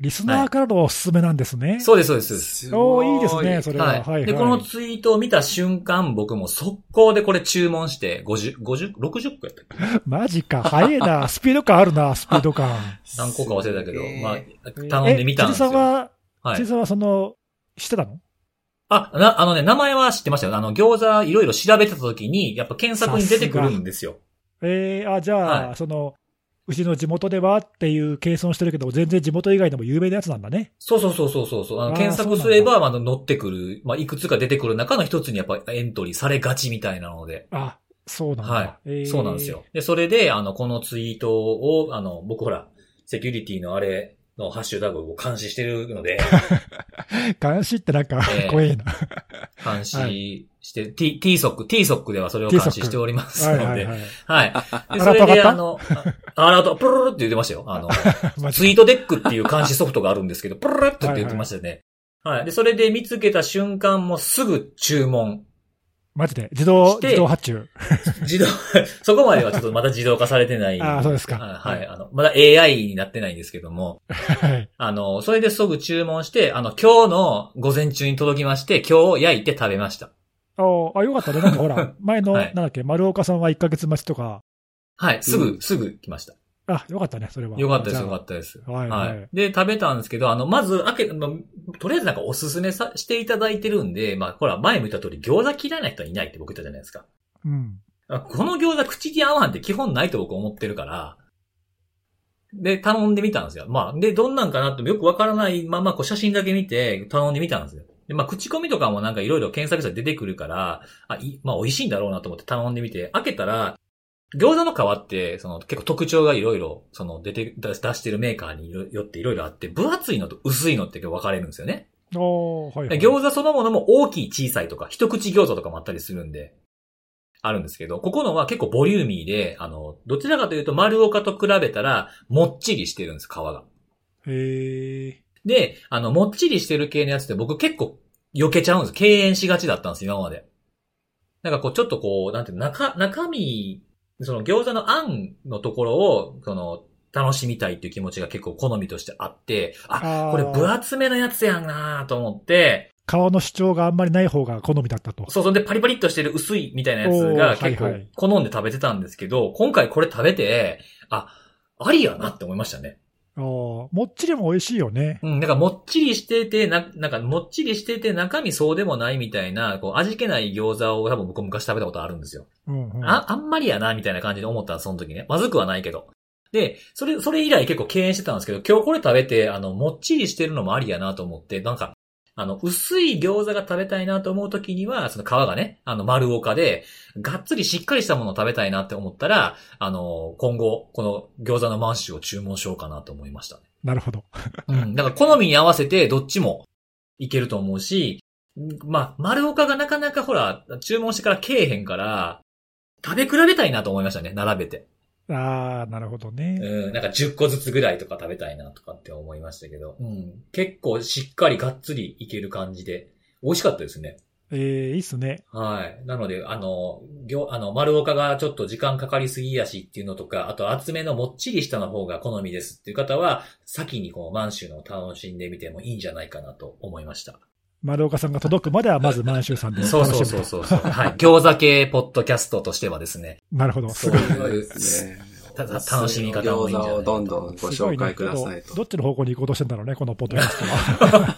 B: リスナーからのおすすめなんですね。
A: そうです、そうです。
B: おーいいですね、それは。はい、は。
A: はいい。で、このツイートを見た瞬間、僕も速攻でこれ注文して、50、50、60個やったっけ
B: マジか、早 えな、スピード感あるな、スピード感。
A: 何個か忘れたけど、ま
C: え
A: あ、 頼んでみたんですよ。
B: え辻さんは、
A: はい
B: 辻。さんはその、してたの
A: あ、な、あのね、名前は知ってましたよ。あの、餃子いろいろ調べてた時に、やっぱ検索に出てくるんですよ。
B: えー、あ、じゃあ、
A: は
B: その、うちの地元ではっていう計算してるけど、全然地元以外でも有名なやつなんだね。
A: そうそうそうそうそうそう。あの
B: あー
A: 検索すれば、まあ、乗ってくる、まあ、いくつか出てくる中の一つにやっぱエントリーされがちみたいなので。
B: あ、そうなんだ。
A: はい
B: えー
A: そうなんです。よ。で、それで、あの、このツイートを、あの、僕ほら、セキュリティのあれのハッシュタグを監視してるの で、
B: 監視ってなんか、
A: えー
B: 怖えな。
A: 監
B: は
A: 視して、T、TSOC、TSOC ではそれを監視しております
B: はい
A: の
B: はい
A: で、
B: はい。
A: はい。で、
B: ア
A: そ
B: ラー
A: れ
B: ト上がっ
A: で、
B: た
A: あの、あアラート、プルルルって言ってましたよ。あの、
B: マ
A: ツイ
B: ジ
A: ートデックっていう監視ソフトがあるんですけど、プルルルって言ってましたよね。はい。で、それで見つけた瞬間もすぐ注文。
B: マジで。自動、
A: して
B: 自動発注。
A: 自動、そこまではちょっとまだ自動化されてない。
B: あーそうですか
A: あはい。あの、まだ AI になってないんですけども、
B: はい。
A: あの、それですぐ注文して、あの、今日の午前中に届きまして、今日焼いて食べました。
B: おーあ、よかったね。なんかほら、前の、
A: はい
B: なんだっけ、丸岡さんは1ヶ月待ちとか、
A: はい。すぐ、
C: うん
A: すぐ来ました。
B: あ、よかったね、それは。
A: よかったです、よか
B: かっ
A: ったです。
B: はいはい
A: で、食べたんですけど、あの、まず、開け、まあとりあえずなんかおすすめさしていただいてるんで、まあ、ほら、前も言った通り、餃子嫌いな人はいないって僕言ったじゃないですか。
B: た。うん。
A: あこの餃子口に合わんって基本ないと僕思ってるから、で、頼んでみたんですよ。まあ、で、どんなんかなってよくわからないまま、こう写真だけ見て、頼んでみたんですよ。で、まあ、口コミとかもなんかいろいろ検索したら出てくるから、あ、い、まあ、美味しいんだろうなと思って頼んでみて、開けたら、餃子の皮って、その結構特徴がいろいろ、その出て、出出してるメーカーによっていろいろあって、分厚いのと薄いのって分かれるんですよね。
B: ああ、はい、はい。
A: 餃子そのものも大きい小さいとか、一口餃子とかもあったりするんで、あるんですけど、ここのは結構ボリューミーで、あの、どちらかというと丸岡と比べたら、もっちりしてるんです、皮が。
B: へえ。
A: で、あの、もっちりしてる系のやつって僕結構避けちゃうんです。敬遠しがちだったんです、今まで。なんかこう、ちょっとこう、なんていうの中、中身、その餃子のあんのところを、その、楽しみたいっていう気持ちが結構好みとしてあって、あ、
B: あー
A: これ分厚めのやつやんなと思って、
B: 皮の主張があんまりない方が好みだったと。
A: そうそう、で、パリパリっとしてる薄いみたいなやつが
B: おーはい
A: 結構
B: はい
A: 好んで食べてたんですけど、今回これ食べて、あ、ありやなって思いましたね。
B: ああ、もっちりも美味しいよね。
A: うん、なんかもっちりしてて、な、なんかもっちりしてて中身そうでもないみたいな、こう味気ない餃子を多分僕昔食べたことあるんですよ。
B: うんうん。
A: あ、あんまりやなみたいな感じで思ったんですその時ね。まずくはないけど。で、それ、それ以来結構敬遠してたんですけど、今日これ食べて、あの、もっちりしてるのもありやなと思って、なんか、あの、薄い餃子が食べたいなと思う時には、その皮がね、あの、丸岡で、がっつりしっかりしたものを食べたいなって思ったら、あの、今後、この餃子の満州を注文しようかなと思いましたね。
B: なるほど。
A: うん。だから好みに合わせてどっちもいけると思うし、まあ、丸岡がなかなかほら、注文してからけえへんから、食べ比べたいなと思いましたね、並べて。
B: ああ、なるほどね。
A: うん、なんか10個ずつぐらいとか食べたいなとかって思いましたけど、うん。結構しっかりがっつりいける感じで、美味しかったですね。
B: ええいいっすね。
A: はい。なので、あの、行、あの、丸岡がちょっと時間かかりすぎやしっていうのとか、あと厚めのもっちりしたの方が好みですっていう方は、先にこう、満州のを楽しんでみてもいいんじゃないかなと思いました。
B: 丸岡さんが届くまではまず満州さんで楽し
A: そう
B: むと。
A: そうそうそうそう。はい。餃子系ポッドキャストとしてはですね。
B: なるほど。す
A: そう
B: ごい。
A: いうただ楽しみ方もいいんじゃないかな
C: 餃子をどんどんご
B: すご
C: 紹
B: いね
C: 介ください
B: ちょっ
C: と。
B: どっちの方向に行こうとしてんだろうね、このポッドキャス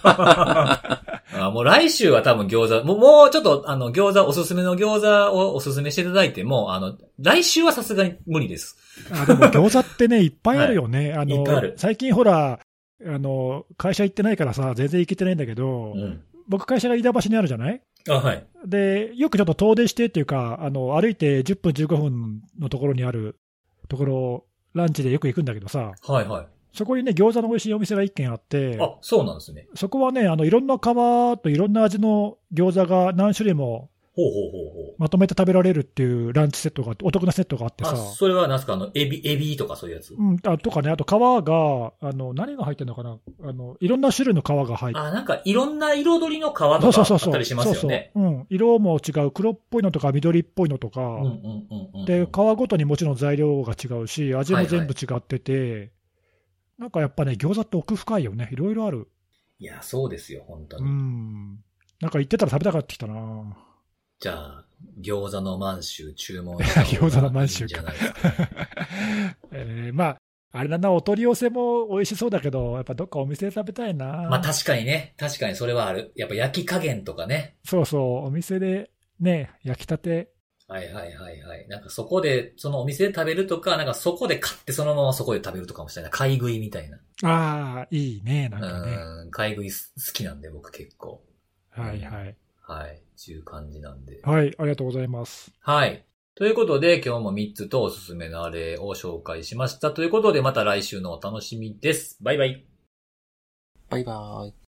B: トは。
A: あもう来週は多分餃子、もう、もうちょっとあの餃子、おすすめの餃子をおすすめしていただいても、あの、来週はさすがに無理です。
B: あでも餃子ってね、いっぱいあるよね。あ
A: い
B: の
A: っぱいある
B: 最近ほら、あの、会社行ってないからさ、全然行けてないんだけど、
A: うん。
B: 僕会社が飯田橋にあるじゃない
A: あ、はい。
B: で、よくちょっと遠出してっていうか、あの、歩いて10分15分のところにあるところ、ランチでよく行くんだけどさ、
A: はいはい。
B: そこにね、餃子の美味しいお店が1軒あって、
A: あ、そうなんですね。
B: そこはね、あの、いろんな皮といろんな味の餃子が何種類も
A: ほうほうほう
B: まとめて食べられるっていうランチセットがあって、お得なセットがあって
A: ほう。あ、
B: さ、
A: それはなんすか、あの、エビ、エビとかそういうやつ。
B: うん、あとかね、あと皮が、あの何が入ってるのかなあの、いろんな種類の皮が入って
A: あ、なんかいろんな彩りの皮とかあ
B: そうそうそう
A: っ
B: そう
A: たりしますよね。
B: そうそううん、色も違う、黒っぽいのとか緑っぽいのとか、
A: うんうんうんうん。
B: で皮ごとにもちろん材料が違うし、味も全部違ってて、なんかやっぱね、餃子って奥深いよね、いろいろある、
A: いや、そうですよ、本当
B: う
A: に。
B: ん、なんか行ってたら食べたかってきたな、
A: じゃあ、餃子の満州注 文
B: 餃子の満州
A: いいんじ
B: か
A: ゃないですか。
B: えーまあ、あれだな、お取り寄せも美味しそうだけど、やっぱどっかお店で食べたいな、
A: まあ確かにね、確かにそれはある。やっぱ焼き加減とかね。
B: そうそう、お店でね、焼きたて、
A: はいはいはいはい。なんかそこで、そのお店で食べるとか、なんかそこで買ってそのままそこで食べるとかもしたいな。買い食いみたいな。
B: ああ、いいね、なんかね。
A: うん、買い食いす好きなんで僕結構。
B: はいはい。
A: はい。っていう感じなんで。
B: はい、ありがとうございます。
A: はい。ということで、今日も3つとおすすめのあれを紹介しました。ということで、また来週のお楽しみです。バイバイ。
C: バイバーイ。